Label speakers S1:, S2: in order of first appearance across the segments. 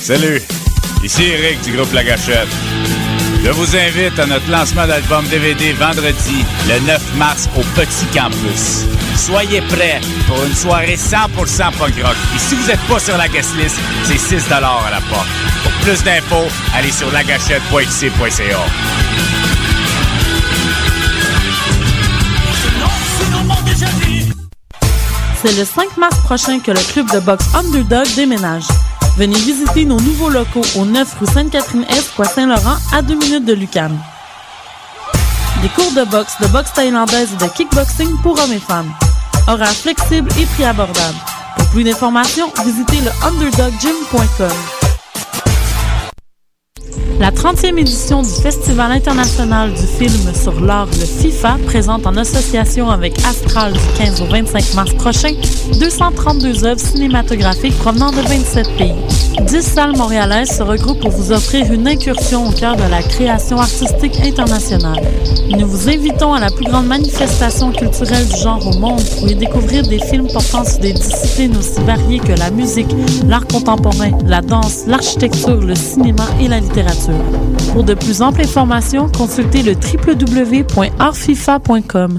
S1: Salut, ici Eric du groupe La Gâchette. Je vous invite à notre lancement d'album DVD vendredi, le 9 mars, au Petit Campus. Soyez prêts pour une soirée 100% punk rock. Et si vous n'êtes pas sur la guest list, c'est 6 à la porte. Pour plus d'infos, allez sur lagachette.qc.ca.
S2: C'est le 5 mars prochain que le club de boxe Underdog déménage. Venez visiter nos nouveaux locaux au 9 rue Sainte-Catherine-Est, coin Saint-Laurent, à 2 minutes de Lucane. Des cours de boxe, de boxe thaïlandaise et de kickboxing pour hommes et femmes. Horaires flexibles et prix abordables. Pour plus d'informations, visitez le underdoggym.com. La 30e édition du Festival international du film sur l'art, le FIFA, présente en association avec Astral du 15 au 25 mars prochain 232 œuvres cinématographiques provenant de 27 pays. 10 salles montréalaises se regroupent pour vous offrir une incursion au cœur de la création artistique internationale. Nous vous invitons à la plus grande manifestation culturelle du genre au monde pour y découvrir des films portant sur des disciplines aussi variées que la musique, l'art contemporain, la danse, l'architecture, le cinéma et la littérature. Pour de plus amples informations, consultez le www.artfifa.com.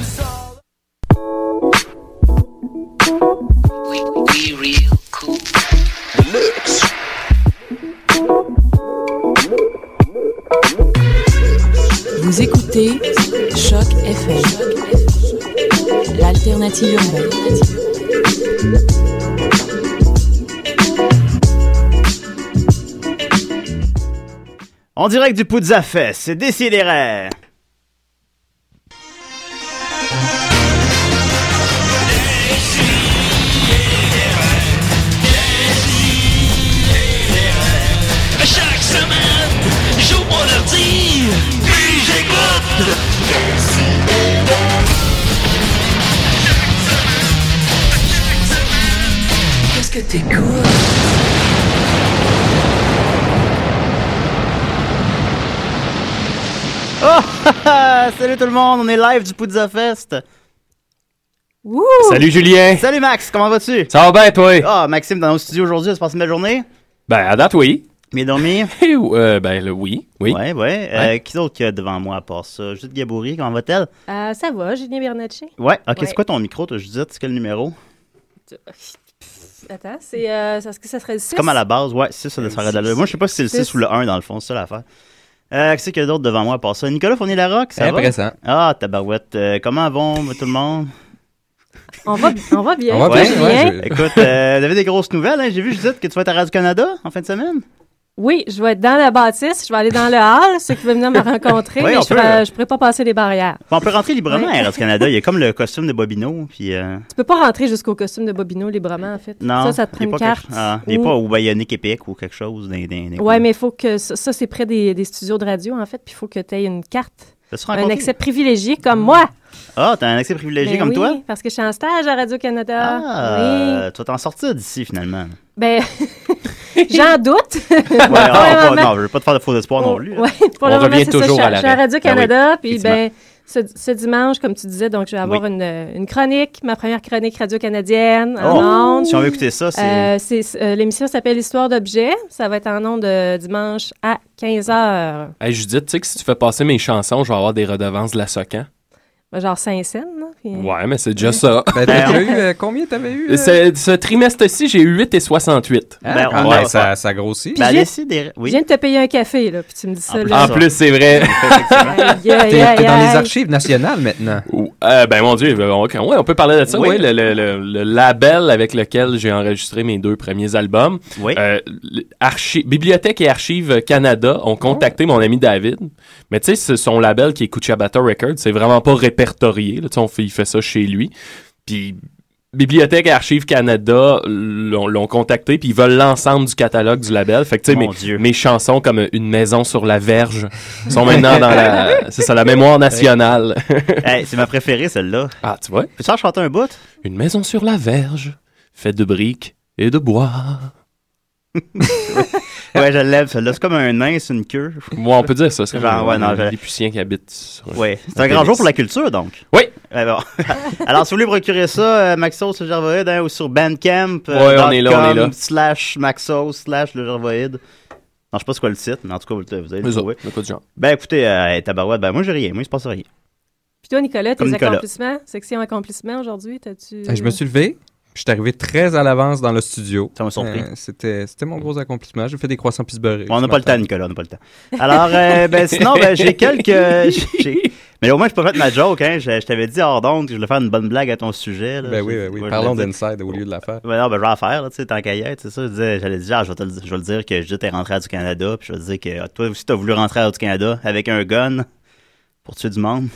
S3: Vous écoutez Choc FM, l'alternative urbaine.
S4: En direct du Puzza Fest, c'est Décidéré.
S5: Chaque semaine, j'ouvre mon ordi, puis j'écoute.
S3: Qu'est-ce que t'écoutes
S4: Oh! Salut tout le monde, on est live du Puzza Fest.
S6: Wouh! Salut Julien.
S4: Salut Max, comment vas-tu?
S6: Ça va bien toi?
S4: Ah, Maxime, t'es dans nos studios aujourd'hui, ça se passe une belle journée?
S6: Ben, à date, oui.
S4: Bien dormi?
S7: Eh,
S6: euh, ben, le oui. Oui.
S4: Ouais, ouais. Euh, qui d'autre qu'il y a devant moi à part ça? Judith Gaboury, comment va-t-elle?
S8: Euh, ça va, Julien Bernatchez.
S4: Ouais, ok, c'est quoi ton micro, toi, Judith? C'est quel numéro?
S8: Attends, c'est. euh, est-ce que ça serait le 6?
S4: C'est comme à la base, ouais, 6, ça serait de Moi, je sais pas si c'est le 6 ou le 1 dans le fond, c'est ça l'affaire. Euh, qu'est-ce qu'il y a d'autre devant moi à part ça? Nicolas Fournier-Larocque, ça
S6: Intéressant.
S4: va? Ah, tabarouette. Euh, comment vont tout le monde?
S8: On va, on va bien.
S6: On va
S8: toi,
S6: bien,
S8: Julien?
S6: ouais, je-
S4: Écoute, euh, vous avez des grosses nouvelles, hein? J'ai vu, Judith, que tu vas être à Radio-Canada en fin de semaine.
S8: Oui, je vais être dans la bâtisse, je vais aller dans le hall, ceux qui veulent venir me rencontrer,
S4: Oui,
S8: mais
S4: on
S8: je
S4: peut,
S8: ne
S4: euh.
S8: pourrais pas passer les barrières.
S4: Bon, on peut rentrer librement
S8: Ouais.
S4: à Radio-Canada. Il y a comme le costume de Bobino, puis... euh,
S8: Tu peux pas rentrer jusqu'au costume de Bobino librement, en fait.
S4: Non,
S8: ça, ça te
S4: il
S8: prend
S4: est
S8: une
S4: pas
S8: carte.
S4: quelque- ah, il n'est
S8: Ou-
S4: pas au Bionic Epic ou quelque chose. D'un,
S8: Ouais, mais il faut que. Ça, ça, c'est près des, des studios de radio, en fait, puis il faut que tu aies une carte. Un accès privilégié comme moi.
S4: Ah, t'as un accès privilégié
S8: Ben
S4: comme
S8: oui,
S4: toi?
S8: Parce que je suis en stage à Radio-Canada.
S4: Ah,
S8: Oui.
S4: Tu vas t'en sortir d'ici, finalement.
S8: Ben, j'en doute.
S4: Ouais,
S8: Pour le
S4: ah, pas-
S8: moment-
S4: non, je veux pas te faire de faux espoirs non plus.
S8: Ouais, pour le
S4: On
S8: moment,
S4: revient
S8: c'est ça,
S4: toujours
S8: je suis
S4: à la
S8: je suis à
S4: règle.
S8: Radio-Canada,
S4: Ah oui,
S8: puis ben, ce, ce dimanche, comme tu disais, donc je vais avoir
S4: Oui.
S8: une, euh, une chronique, ma première chronique radio-canadienne en
S4: Oh,
S8: ondes.
S4: si on veut écouter ça, c'est-
S8: Euh, c'est- euh, L'émission s'appelle Histoire d'objets. Ça va être en ondes euh, dimanche à 15h.
S7: Hey, Judith, tu sais que si tu fais passer mes chansons, je vais avoir des redevances de la Socan.
S8: Genre Saint-Saëns, là. puis- euh,
S7: Ouais, mais c'est déjà ça.
S9: Ben, t'as eu, euh, combien t'avais eu? euh?
S7: Ce, ce trimestre-ci, j'ai 8 et 68.
S9: Ah,
S4: hein?
S9: Ben, quand on- même, ça- ça grossit.
S8: Puis
S9: Ben,
S8: j'ai-
S9: laissez des- oui.
S8: Je viens de te payer un café, là, puis tu me dis ça. là.
S7: En plus, c'est vrai.
S4: Ah,
S8: Aïe, aïe,
S9: T'es t'es
S8: aïe,
S9: dans les
S8: aïe.
S9: archives nationales maintenant.
S7: Euh, ben mon Dieu, on, ok, ouais, on peut parler de ça.
S9: Oui.
S7: ouais, le, le- le- le label avec lequel j'ai enregistré mes deux premiers albums. Euh, l- Archi- Bibliothèque et Archives Canada ont contacté mon ami David. Mais tu sais, c'est son label qui est Kuchabata Records, c'est vraiment pas répertorié. là. Tu sais, on fait, il fait ça chez lui. Puis Bibliothèque et Archives Canada l'ont l'ont contacté, puis ils veulent l'ensemble du catalogue du label. Fait que, tu sais,
S4: Mon
S7: mes, mes chansons comme euh, Une maison sur la verge sont maintenant dans la, c'est ça, la mémoire nationale.
S4: Hey, c'est ma préférée, celle-là.
S7: Ah, tu vois?
S4: Peux-tu en chanter un bout?
S7: Une maison sur la verge, faite de briques et de bois.
S4: Ouais, je l'aime, celle-là. C'est comme un nain, c'est une queue.
S7: Moi, on peut dire ça. C'est comme
S4: Genre, ouais,
S7: un,
S4: non, je-
S7: lépusien qui habite sur
S4: Ouais. C'est un grand jour pour la culture, donc.
S7: Oui.
S4: Alors, si vous voulez procurer ça, euh, Maxos le Gervoïde, hein, ou sur Bandcamp.
S7: Ouais, on est là, on
S4: dot
S7: est
S4: com
S7: là.
S4: Slash Maxos, slash le Gervoïde. Non, je sais pas c'est quoi le site, mais en tout cas, vous, le- vous allez le
S7: Eux
S4: trouver.
S7: autres, le coup de genre.
S4: Ben, écoutez, euh, tabarouette, ben, moi, j'ai rien. Moi, il se passe rien.
S8: Puis toi, Nicolas, tes
S4: Comme Nicolas.
S8: accomplissements, section accomplissements aujourd'hui, t'as-tu.
S9: Eh, Je me suis levé. Je suis arrivé très à l'avance dans le studio. Euh,
S4: Ça m'a surpris.
S9: C'était c'était mon gros accomplissement. J'ai fait des croissants pisbeurés.
S4: Bon, on n'a pas le temps, Nicolas, on n'a pas le temps. Alors, euh, ben, sinon, ben, j'ai quelques. j'ai- Mais au moins, je peux faire ma joke. Hein. Je, je t'avais dit hors d'onde que je voulais faire une bonne blague à ton sujet. là.
S9: Ben oui,
S4: Je-
S9: ben oui.
S4: moi, je
S9: Parlons
S4: l'ai dit.
S9: d'inside au lieu de la faire.
S4: Ben non, ben je vais la faire, là, tu sais, tant qu'à y être, c'est ça. Je disais- J'allais dire, ah, je vais, te le, je vais le dire que je t'es rentré à du Canada, puis je vais te dire que ah, toi aussi, t'as voulu rentrer à du Canada avec un gun pour tuer du monde.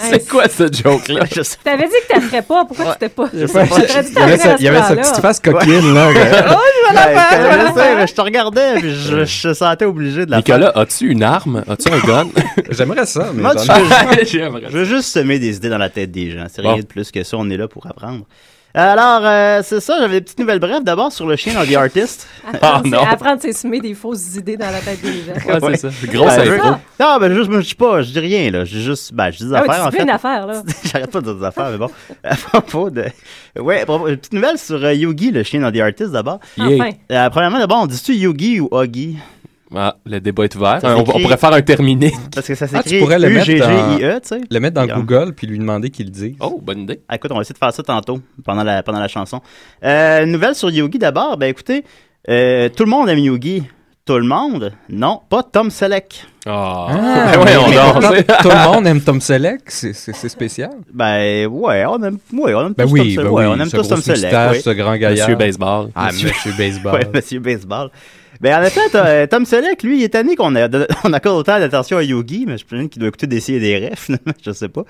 S7: c'est quoi ce joke-là?
S4: je sais
S8: T'avais dit que t'en ferais pas, pourquoi tu t'étais pas?
S4: Je sais pas.
S8: T'aurais dû
S9: Il y avait,
S8: t'arrêter à
S9: sa,
S8: ce
S9: il y avait sa
S8: plan-là.
S9: petite face coquine, là. regarde.
S8: Oh, je vais la
S4: Ben,
S8: faire, je vais la
S4: je,
S8: faire.
S4: sais, mais je te regardais, puis je, je sentais obligé de la faire.
S7: Nicolas, as-tu une arme? As-tu un gun?
S9: J'aimerais ça, mais
S4: Moi,
S9: j'en
S4: tu
S9: ai-
S4: veux-
S7: J'aimerais.
S4: je veux juste semer des idées dans la tête des gens. C'est rien
S7: Bon.
S4: de plus que ça, on est là pour apprendre. Alors, euh, c'est ça, j'avais des petites nouvelles brèves. D'abord, sur le chien dans The Artist.
S7: Ah,
S8: C'est
S7: non.
S8: Apprendre, c'est semer des fausses idées dans la tête des gens.
S7: Ouais, c'est ça. Grosse
S4: Ben, je-
S7: intro.
S4: Non, ben juste, moi, je dis pas, je dis rien, là. Je dis juste, ben, je dis des
S8: Ah ouais,
S4: affaires,
S8: tu
S4: en
S8: fais
S4: fait.
S8: une affaire, là.
S4: J'arrête pas de dire des affaires, mais bon. À propos de. Ouais, à propos- une petite nouvelle sur euh, Yugi, le chien dans The Artist, d'abord.
S7: Yeah.
S8: Enfin.
S4: Euh, premièrement, d'abord, on dit-tu Yugi ou Oggy
S7: Ah, le débat est ouvert.
S4: Ça
S7: on,
S4: s'écrit-
S7: on pourrait faire un terminé.
S4: Parce que ça
S9: Ah, tu
S4: s'écrit
S9: pourrais le mettre
S4: U-G-G-I-E, E, tu sais.
S9: Le mettre dans
S4: Yeah.
S9: Google puis lui demander qu'il le dise.
S7: Oh, bonne idée.
S4: Ah, Écoute, on va essayer de faire ça tantôt, pendant la, pendant la chanson. Euh, nouvelle sur Yugi d'abord. Ben écoutez, euh, tout le monde aime Yugi. Tout le monde? Non, pas Tom Selleck.
S7: Ah,
S9: Ah,
S7: ben voyons
S9: mais
S7: donc.
S9: pourquoi Tout le monde aime Tom Selleck, c'est- c'est c'est spécial.
S4: Ben ouais, on aime, ouais, on aime
S9: Ben
S4: tous Tom
S9: oui,
S4: Selleck.
S9: ben
S4: Ouais,
S9: oui,
S4: on aime
S9: ce
S4: tous Tom
S9: gros
S4: Selleck.
S9: moustache,
S4: oui.
S9: ce grand gaillard.
S7: Monsieur Baseball.
S9: Ah, Monsieur Baseball.
S4: Ouais, monsieur Baseball. Ben, en effet, t'as- Tom Selleck, lui, il est tanné qu'on a- on accorde autant d'attention à Yogi, mais je présume qu'il doit écouter des et des refs, finalement, je sais pas.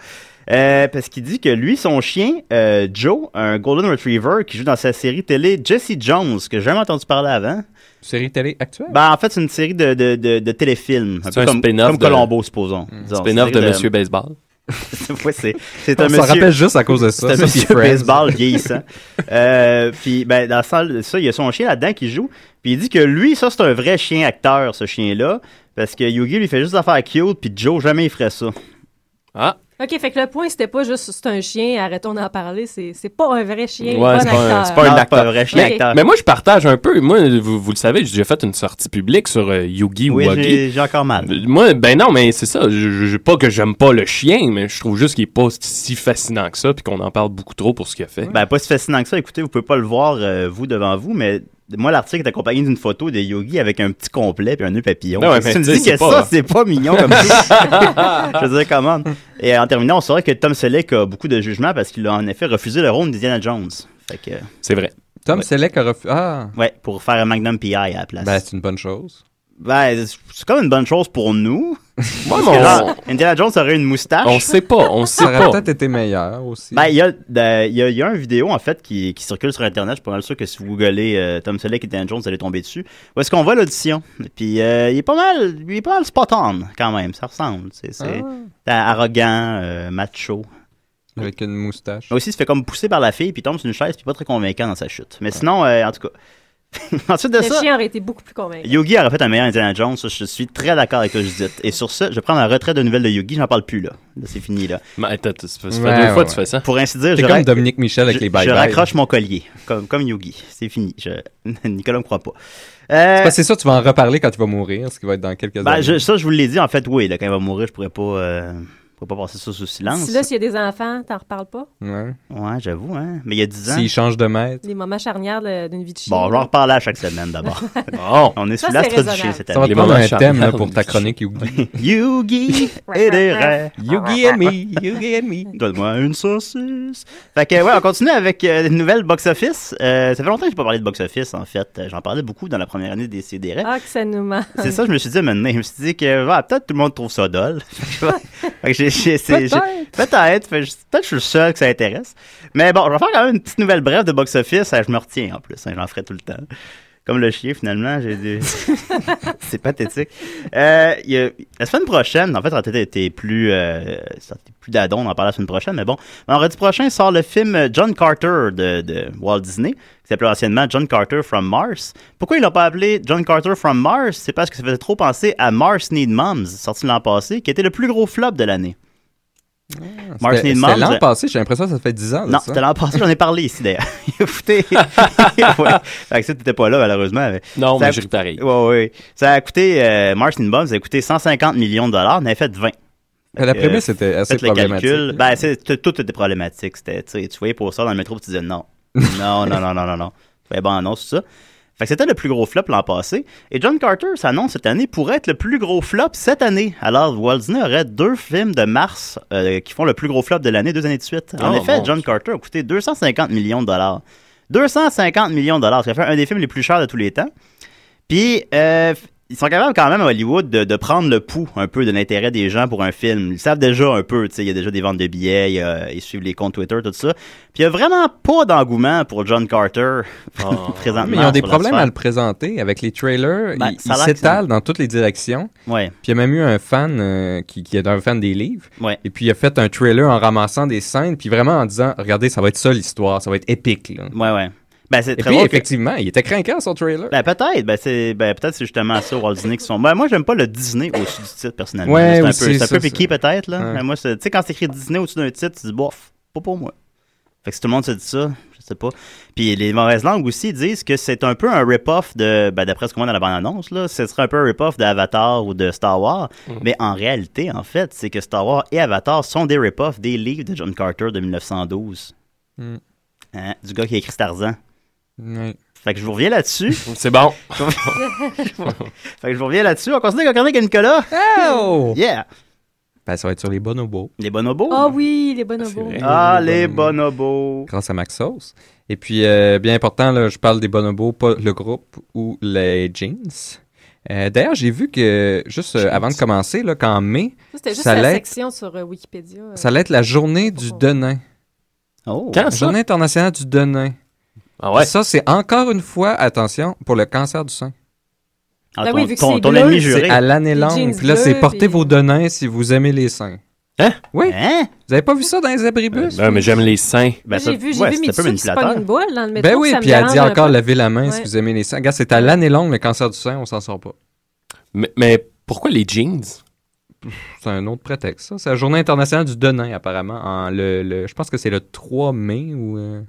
S4: Euh, parce qu'il dit que lui, son chien, euh, Joe, un Golden Retriever qui joue dans sa série télé Jesse Jones, que j'ai jamais entendu parler avant.
S9: Série télé actuelle.
S4: Ben, en fait, c'est une série de, de, de, de téléfilms.
S7: C'est
S4: peu
S7: un
S4: comme,
S7: spin-off
S4: comme
S7: de-
S4: Colombo, supposons. Disons,
S7: Spin-off
S4: c'est
S7: de
S4: une
S7: Monsieur
S4: série
S7: Baseball.
S4: Ouais, c'est, c'est un
S9: On s'en
S4: monsieur.
S9: rappelle juste à cause de ça.
S4: C'est un
S9: ça, puis
S4: monsieur
S9: Friends.
S4: baseball vieillissant. Euh, puis, ben, dans ça, ça, il y a son chien là-dedans qui joue. Puis il dit que lui, ça, c'est un vrai chien acteur, ce chien-là. Parce que Yugi lui fait juste affaire cute, puis Joe, jamais il ferait ça.
S7: Ah,
S8: OK, fait que le point, c'était pas juste c'est un chien, arrêtons d'en parler, c'est c'est pas un vrai chien,
S7: Ouais,
S8: pas
S7: c'est
S8: un
S7: pas un-
S8: acteur.
S7: c'est pas un
S4: Non, c'est
S7: acteur.
S4: pas un vrai chien
S8: Mais-
S4: acteur.
S7: Mais moi, je partage un peu. Moi, vous, vous le savez, j'ai déjà fait une sortie publique sur euh, Yugi
S4: oui,
S7: ou Wagi.
S4: j'ai, j'ai encore mal.
S7: Euh, Moi, ben non, mais c'est ça. Je, je- je- pas que j'aime pas le chien, mais je trouve juste qu'il est pas si fascinant que ça, puis qu'on en parle beaucoup trop pour ce qu'il a fait.
S4: Ben, pas si fascinant que ça. Écoutez, vous pouvez pas le voir, euh, vous, devant vous, mais moi, l'article est accompagné d'une photo de Yogi avec un petit complet puis un nœud papillon.
S7: Ben Ouais,
S4: si
S7: mais
S4: tu me
S7: tu sais,
S4: dis que
S7: c'est pas-
S4: ça, c'est pas mignon comme ça. Je veux dire, comment? Et en terminant, on saurait que Tom Selleck a beaucoup de jugements parce qu'il a en effet refusé le rôle d'Indiana Jones. Fait que,
S7: c'est vrai.
S9: Tom
S4: Ouais.
S9: Selleck a refusé. Ah,
S4: ouais, pour faire un Magnum PI à la place.
S9: ben c'est une bonne chose.
S4: Ben, c'est comme une bonne chose pour nous.
S7: Moi,
S4: Parce que,
S7: on,
S4: genre, Indiana Jones aurait une moustache.
S7: on sait pas. On sait
S9: Ça aurait
S7: pas.
S9: ah, peut-être été meilleur aussi.
S4: Ben, il y a, de- il y a, il y a une vidéo, en fait, qui, qui circule sur Internet. Je suis pas mal sûr que si vous googlez euh, Tom Selleck et Dan Jones, vous allez tomber dessus. Où est-ce qu'on voit l'audition? Puis, euh, il est pas mal, il est pas mal spot on, quand même. Ça ressemble. C'est,
S9: Ah,
S4: c'est arrogant, euh, macho.
S9: Avec une moustache.
S4: Mais aussi, il se fait comme pousser par la fille, puis il tombe sur une chaise, puis pas très convaincant dans sa chute.
S9: Ah.
S4: Mais sinon, euh, en tout cas. Ensuite de
S8: Le
S4: ça,
S8: chien aurait été beaucoup plus convaincant.
S4: Yogi aurait fait un meilleur Indiana Jones. Ça, Je suis très d'accord avec ce que vous dites. Et sur ce, je prends ma retraite de nouvelles de Yogi. J'en parle plus, là. Là, c'est fini, là.
S7: Mais attends, tu- ça fait
S9: Ouais,
S7: deux
S9: ouais,
S7: fois que tu
S9: ouais.
S7: fais ça.
S4: Pour ainsi dire,
S9: C'est
S4: je,
S9: comme
S4: rac-
S9: Dominique Michel avec
S4: je-
S9: les bye
S4: je raccroche mon collier, comme, comme Yogi. C'est fini. Je... Nicolas me croit pas. Euh,
S9: C'est ça, tu vas en reparler quand tu vas mourir, ce qui va être dans quelques
S4: ben,
S9: années.
S4: je- ça, je vous l'ai dit. En fait, oui, là, quand il va mourir, je pourrais pas, euh, je pourrais pas passer ça sous silence.
S8: Si là, s'il y a des enfants, t'en reparles pas?
S9: Ouais.
S4: Ouais, j'avoue. Hein. Mais il y a 10 ans.
S9: S'il change de maître,
S8: Les moments charnières de- d'une vie de chien.
S4: Bon, j'en reparle à chaque semaine d'abord.
S7: Bon.
S4: On est sous
S8: Ça, c'est
S4: l'astre du
S8: raisonnable.
S4: chien cette
S9: ça va
S4: année.
S9: te
S7: Les
S9: prendre
S7: moments
S9: un thème là,
S7: charnières
S9: pour
S7: du
S9: ta
S7: chien.
S9: chronique Yugi.
S4: Yugi et des rêves.
S9: Yugi and me, Yugi and me.
S4: Donne-moi une saucisse. Fait que, ouais, on continue avec euh, les nouvelles box-office. Euh, ça fait longtemps que j'ai pas parlé de box-office, en fait. Euh, J'en parlais beaucoup dans la première année des CDR.
S8: Ah, que ça nous manque.
S4: C'est ça, je me suis dit, maintenant, je me suis dit que, ouais, peut-être tout le monde trouve ça dol. Fait que j'ai- j'ai- j'ai- c'est- j'ai- Peut-être. fait- je- Peut-être que je suis le seul que ça intéresse. Mais bon, je vais faire quand même une petite nouvelle brève de box-office. Ah, Je me retiens en plus. hein, J'en ferai tout le temps. Comme le chien, finalement. j'ai dit- c'est pathétique. Euh, il y a- la semaine prochaine, en fait, ça aurait été plus, euh, ça aurait été plus d'adon d'en parler la semaine prochaine, mais bon. Vendredi prochain sort le film John Carter de, de Walt Disney, qui s'appelait anciennement John Carter from Mars. Pourquoi ils l'ont pas appelé John Carter from Mars? C'est parce que ça faisait trop penser à Mars Need Moms, sorti l'an passé, qui était le plus gros flop de l'année. Mars
S9: C'était
S4: Need
S9: c'était
S4: Moms.
S9: l'an passé, j'ai l'impression que ça fait 10 ans. de
S4: Non,
S9: ça.
S4: c'était l'an passé, j'en ai parlé ici d'ailleurs. Il a fouté. ouais. Fait que ça, t'étais pas là, malheureusement.
S7: Non, mais
S4: mais
S7: j'ai ri pareil.
S4: Ouais, ouais. Ça a coûté, euh, Mars in Bombs, ça a coûté 150 millions de dollars, on avait fait 20.
S9: Mais Euh, la
S4: Fait que,
S9: prémisse était assez
S4: Euh, faites le
S9: problématique.
S4: calcul. Ben, c'est- tout, tout était problématique. C'était, tu sais, tu voyais pour ça dans le métro, puis tu disais non. Non, non, non, non, non, non. Tu voyais bon, non, c'est ça. Fait que c'était le plus gros flop l'an passé. Et John Carter s'annonce cette année pour être le plus gros flop cette année. Alors, Walt Disney aurait deux films de mars euh, qui font le plus gros flop de l'année deux années de suite. En
S10: Oh,
S4: effet,
S10: mon
S4: John Carter a coûté 250 millions de dollars. 250 millions de dollars, ça fait un des films les plus chers de tous les temps. Puis, euh, ils sont capables quand même à Hollywood de, de prendre le pouls un peu de l'intérêt des gens pour un film. Ils savent déjà un peu, tu sais, il y a déjà des ventes de billets, il y a- ils suivent les comptes Twitter, tout ça. Puis il n'y a vraiment pas d'engouement pour John Carter
S9: Ah.
S4: présentement.
S9: Mais ils ont des
S4: sur la
S9: problèmes
S4: sphère.
S9: à le présenter avec les trailers.
S4: Ben,
S9: ils
S4: ça a l'air
S9: ils
S4: que
S9: s'étalent dans toutes les directions.
S4: Ouais.
S9: Puis il y a même eu un fan euh, qui, qui est un fan des livres.
S4: Ouais.
S9: Et puis il a fait un trailer en ramassant des scènes, puis vraiment en disant Regardez, ça va être ça l'histoire, ça va être épique. Là.
S4: Ouais, ouais. Ben, c'est
S9: Et
S4: très
S9: puis,
S4: drôle que-
S9: effectivement, il était craquant son trailer.
S4: Ben, peut-être. Ben, c'est, ben, peut-être c'est justement ça, Walt Disney qui sont. Ben, moi, j'aime pas le Disney au-dessus du titre, personnellement.
S9: Ouais,
S4: c'est un peu,
S9: aussi,
S4: c'est un
S9: ça,
S4: peu piqué,
S9: ça.
S4: peut-être, là.
S9: Ouais.
S4: Mais moi, c'est- tu sais, quand c'est écrit Disney au-dessus d'un titre, tu dis, bof, pas pour moi. Fait que si tout le monde se dit ça, je sais pas. Puis les mauvaises langues aussi disent que c'est un peu un rip-off de. Ben, d'après ce qu'on voit dans la bande-annonce, là, ce serait un peu un rip-off d'Avatar ou de Star Wars.
S9: Mm.
S4: Mais en réalité, en fait, c'est que Star Wars et Avatar sont des rip-offs des livres de John Carter de 1912.
S9: Hmm.
S4: Hein, Du gars qui a écrit Tarzan.
S9: Ouais.
S4: Fait que je vous reviens là-dessus.
S7: C'est bon.
S9: Oh,
S4: fait que je vous reviens là-dessus. On continue avec la chronique de Nicolas.
S9: Oh!
S4: Yeah!
S9: Ben, ça va être sur les bonobos.
S4: Les bonobos?
S8: Ah oui, les bonobos.
S4: Ah, les bonobos.
S9: grâce à Maxos. Et puis, euh, bien important, là, je parle des bonobos, pas le groupe ou les jeans. Euh, D'ailleurs, j'ai vu que, juste euh, avant de commencer, là, qu'en mai,
S8: Ça, C'était juste
S9: ça
S8: la
S9: allait être-
S8: section sur euh, Wikipédia. euh.
S9: ça allait être la journée du Denain.
S4: Oh.
S9: la journée internationale du Denain.
S7: Ah ouais?
S9: Ça, c'est encore une fois, attention, pour le cancer du sein.
S4: Ah, Ben ton- oui, vu que ton- c'est ton bleu, ami juré.
S9: C'est à l'année
S4: Les
S9: longue.
S4: jeans
S9: Puis là, c'est
S4: bleus,
S9: porter
S4: puis-
S9: vos Denains si vous aimez les seins.
S7: Hein?
S9: Oui.
S4: Hein?
S9: Vous avez pas vu ça dans les abribus?
S7: Non, Ben, mais j'aime les seins.
S4: Ben,
S8: Moi, j'ai vu, j'ai vu Mitsu qui se pogne une boule dans le métro.
S9: Ben oui,
S8: ça me
S9: puis elle dit
S8: dérange un
S9: encore
S8: peu.
S9: lavez la main si
S8: Ouais.
S9: vous aimez les seins. Regarde, c'est à l'année longue le cancer du sein, on s'en sort pas.
S7: Mais, mais pourquoi les jeans?
S9: C'est un autre prétexte, ça. C'est la journée internationale du Denain, apparemment. En le, le- je pense que c'est le 3 mai ou euh,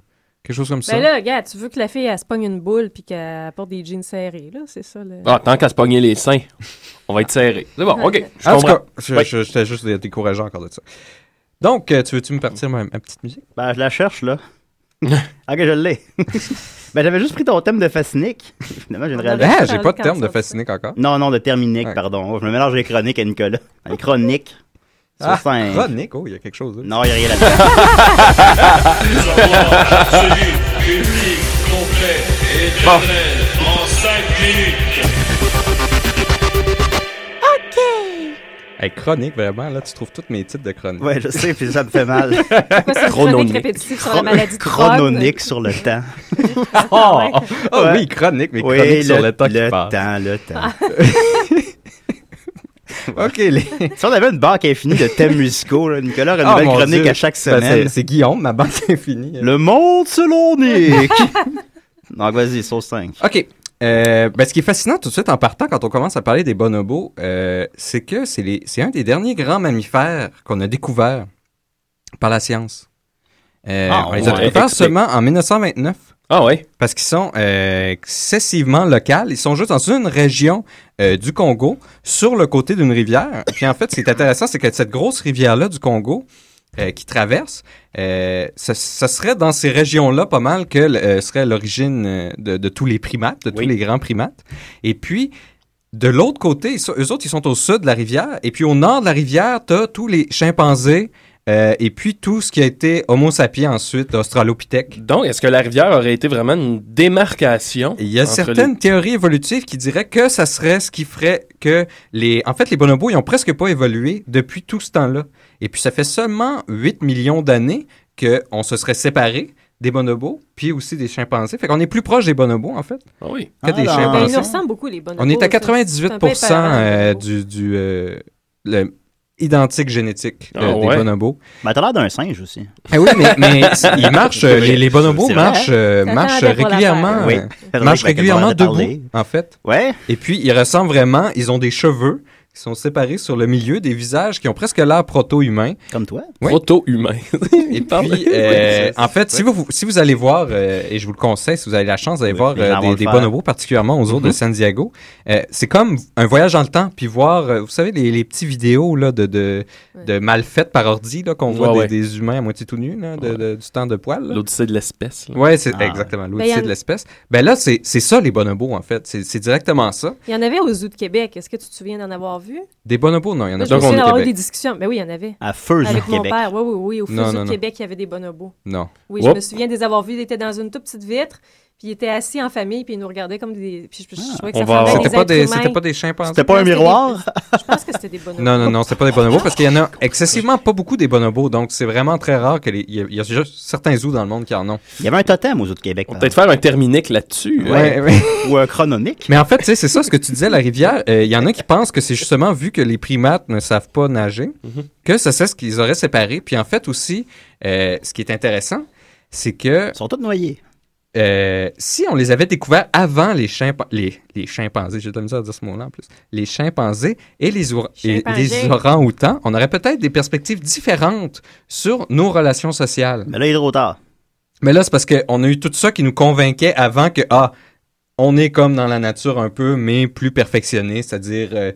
S9: quelque chose comme ça.
S8: Ben là, regarde, tu veux que la fille, elle se pogne une boule puis qu'elle porte des jeans serrés, là, c'est ça. Le...
S7: Ah, tant qu'à se pogner les seins, on va être serré. C'est bon, OK. Je
S9: En tout
S7: comprends.
S9: cas, je-
S7: Oui.
S9: je- j'étais juste dé- décourageant encore de ça. Donc, euh, tu veux-tu me partir ma, ma petite musique?
S4: Ben, je la cherche, là. ok, je l'ai. ben, j'avais juste pris ton thème de fascinique. Finalement, j'ai une
S9: Ah,
S4: réalisation.
S9: j'ai pas de terme de fascinique encore.
S4: Non, non, de terminique, pardon. Je me mélange les chroniques à Nicolas. Les chroniques.
S9: Ah,
S4: Sur cinq.
S9: chronique, oh, il y a quelque chose. là.
S4: Non, il n'y a rien là-dedans.
S5: public, complet et éternel en 5 minutes.
S9: Hey, chronique, vraiment, là, tu trouves tous mes titres de chronique.
S4: Ouais, je sais, puis ça me fait mal.
S9: Pourquoi
S8: c'est une chronique Chrononique. répétitive sur la maladie de Ben, Crohn?
S4: Chrononique sur le temps.
S9: Oh, oh oui, chronique, mais
S4: Oui,
S9: chronique sur le temps qui
S4: Le
S9: passe.
S4: temps, le temps.
S9: OK, les...
S4: Si on avait une banque infinie de thèmes musicaux, là, Nicolas aurait une
S9: Ah,
S4: nouvelle
S9: mon
S4: chronique
S9: Dieu.
S4: à chaque
S9: Ben,
S4: semaine.
S9: c'est- c'est hein. Guillaume, ma banque infinie.
S4: Le monde selon Nick. Donc, vas-y, sauce 5.
S9: OK. Euh, ben, ce qui est fascinant tout de suite en partant, quand on commence à parler des bonobos, euh, c'est que c'est les- c'est un des derniers grands mammifères qu'on a découvert par la science. Euh,
S7: Ah,
S9: on les a
S7: ouais.
S9: découverts
S7: Explique.
S9: seulement en 1929.
S7: Ah oui?
S9: Parce qu'ils sont euh, excessivement locaux. Ils sont juste dans une région euh, du Congo, sur le côté d'une rivière. Puis en fait, ce qui est intéressant, c'est que cette grosse rivière-là du Congo, euh, qui traverse, euh, ce, ce serait dans ces régions-là pas mal que euh, serait l'origine euh, de, de tous les primates, de tous les grands primates. Et puis, de l'autre côté, ils sont- eux autres, ils sont au sud de la rivière. Et puis, au nord de la rivière, tu as tous les chimpanzés, euh, et puis tout ce qui a été Homo sapiens ensuite, Australopithèque.
S7: Donc, est-ce que la rivière aurait été vraiment une démarcation?
S9: Il y a certaines théories évolutives qui diraient que ça serait ce qui ferait que les... En fait, les bonobos, ils ont presque pas évolué depuis tout ce temps-là. Et puis, ça fait seulement 8 millions d'années qu'on se serait séparés des bonobos, puis aussi des chimpanzés. Fait qu'on est plus proche des bonobos, en fait,
S7: Ah oui.
S9: que des
S8: Alors.
S9: chimpanzés.
S8: Ben, ils nous ressemblent beaucoup, les bonobos,
S9: On est à
S8: ça.
S9: 98
S8: C'est un peu
S9: euh, du, du euh, le identique génétique
S4: Ah
S9: euh, des
S4: ouais.
S9: bonobos.
S4: Ben, t'as l'air d'un singe aussi.
S9: Eh oui, mais, mais ils marchent, euh, les, les bonobos
S4: C'est vrai.
S9: marchent, euh,
S4: Ça
S9: marchent
S4: attendait pour la
S9: régulièrement,
S4: faire. Oui.
S9: euh,
S4: Frédéric Lacan
S9: marchent
S4: en
S9: régulièrement
S4: a parlé.
S9: debout, en fait.
S4: Ouais.
S9: Et puis, ils ressemblent vraiment, ils ont des cheveux qui sont séparés sur le milieu, des visages qui ont presque l'air proto-humains.
S4: Comme toi.
S7: Proto-humains.
S9: Et puis, euh, en fait, si vous, vous- si vous allez voir, euh, et je vous le conseille, si vous avez la chance d'aller voir
S4: les gens vont
S9: euh, des,
S4: le
S9: des
S4: faire.
S9: bonobos, particulièrement aux eaux de
S4: Mhm.
S7: Mm-hmm.
S9: San Diego, euh, c'est comme un voyage dans le temps, puis voir, euh, vous savez, les, les petits vidéos là, de, de, de mal faites par ordi, là, qu'on voit
S7: Ouais,
S9: des, des humains à moitié tout nus, là, de- de- du temps de poil. là.
S7: L'Odyssée de l'espèce. là.
S9: Ouais, c'est
S7: Ah.
S9: exactement,
S8: Ben, y
S9: l'odyssée
S8: en-
S9: de l'espèce. Ben là, c'est c'est ça les bonobos, en fait. C'est c'est directement ça.
S8: Il y en avait aux zoos de Québec. Est-ce que tu te souviens d'en avoir vu?
S9: Des bonobos, non, il y en
S8: Moi,
S9: a
S8: Ben, je me
S9: pas au
S8: souviens d'avoir eu
S9: Québec.
S8: des discussions. Mais oui, il y en avait.
S9: À Feu Zoo
S8: Avec
S9: de
S8: mon
S9: Québec.
S8: père. Oui, oui, oui. Au Feu
S9: Non,
S8: Zoo
S9: non,
S8: de
S9: non.
S8: Québec, il y avait des bonobos.
S9: Non.
S8: Oui,
S9: Whoop.
S8: je me souviens de les avoir vus. Ils étaient dans une toute petite vitre. Puis ils étaient assis en famille, puis ils nous regardaient comme des. Puis je, je trouvais que ça
S9: On va-
S8: ressemblait à
S9: C'était pas
S8: êtres
S9: des-
S8: humains.
S9: c'était pas des chimpanzés. Ah. C'était pas un
S8: Non, des-
S9: miroir?
S8: Je pense que c'était des bonobos.
S9: Non, non, non, c'est pas des bonobos parce qu'il y en a excessivement pas beaucoup des bonobos, donc c'est vraiment très rare que les. Il y a, il y a juste certains zoos dans le monde qui en ont.
S4: Il y avait un totem aux zoos de Québec.
S9: On
S7: peut-être faire un terminique là-dessus.
S9: Ah.
S7: euh,
S9: Ouais,
S4: hein.
S9: ouais.
S4: Ou un chrononique.
S9: Mais en fait, tu sais, c'est ça ce que tu disais, la rivière. euh, Il y en a qui pensent que c'est justement vu que les primates ne savent pas nager, que ça c'est ce qu'ils auraient séparé. Puis en fait aussi, euh, ce qui est intéressant, c'est que. Ils
S4: sont tous noyés.
S9: Euh, si on les avait découverts avant les, chimpa- les, les chimpanzés, j'ai de la misère à dire ce mot-là en plus, les chimpanzés et les, oura- et
S4: Chimpanzés.
S9: les orangs-outans, on aurait peut-être des perspectives différentes sur nos relations sociales.
S4: Mais là, il est trop tard.
S9: Mais là, c'est parce qu'on a eu tout ça qui nous convainquait avant que, ah, on est comme dans la nature un peu, mais plus perfectionné, c'est-à-dire euh,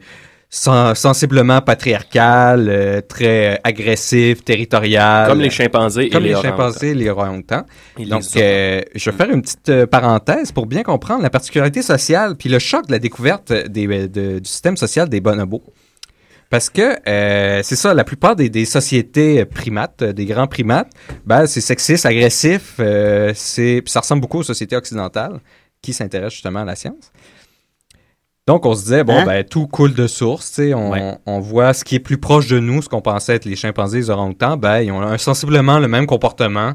S9: sen- sensiblement patriarcal, euh, très euh, agressif, territorial.
S7: Comme les chimpanzés et
S9: Comme
S7: les
S9: les
S7: orang-outans.
S9: chimpanzés et les orang-outans.
S7: Et les
S9: Donc, euh, je vais faire une petite euh, parenthèse pour bien comprendre la particularité sociale puis le choc de la découverte des, euh, de- du système social des bonobos. Parce que euh, c'est ça, la plupart des, des sociétés primates, euh, des grands primates, ben, c'est sexiste, agressif, euh, c'est, puis ça ressemble beaucoup aux sociétés occidentales qui s'intéressent justement à la science. Donc on se disait, bon,
S4: Hein?
S9: ben, tout coule de source, tu sais, on, on voit ce qui est plus proche de nous, ce qu'on pensait être les chimpanzés, les orang-outans, ben, ils ont un- sensiblement le même comportement,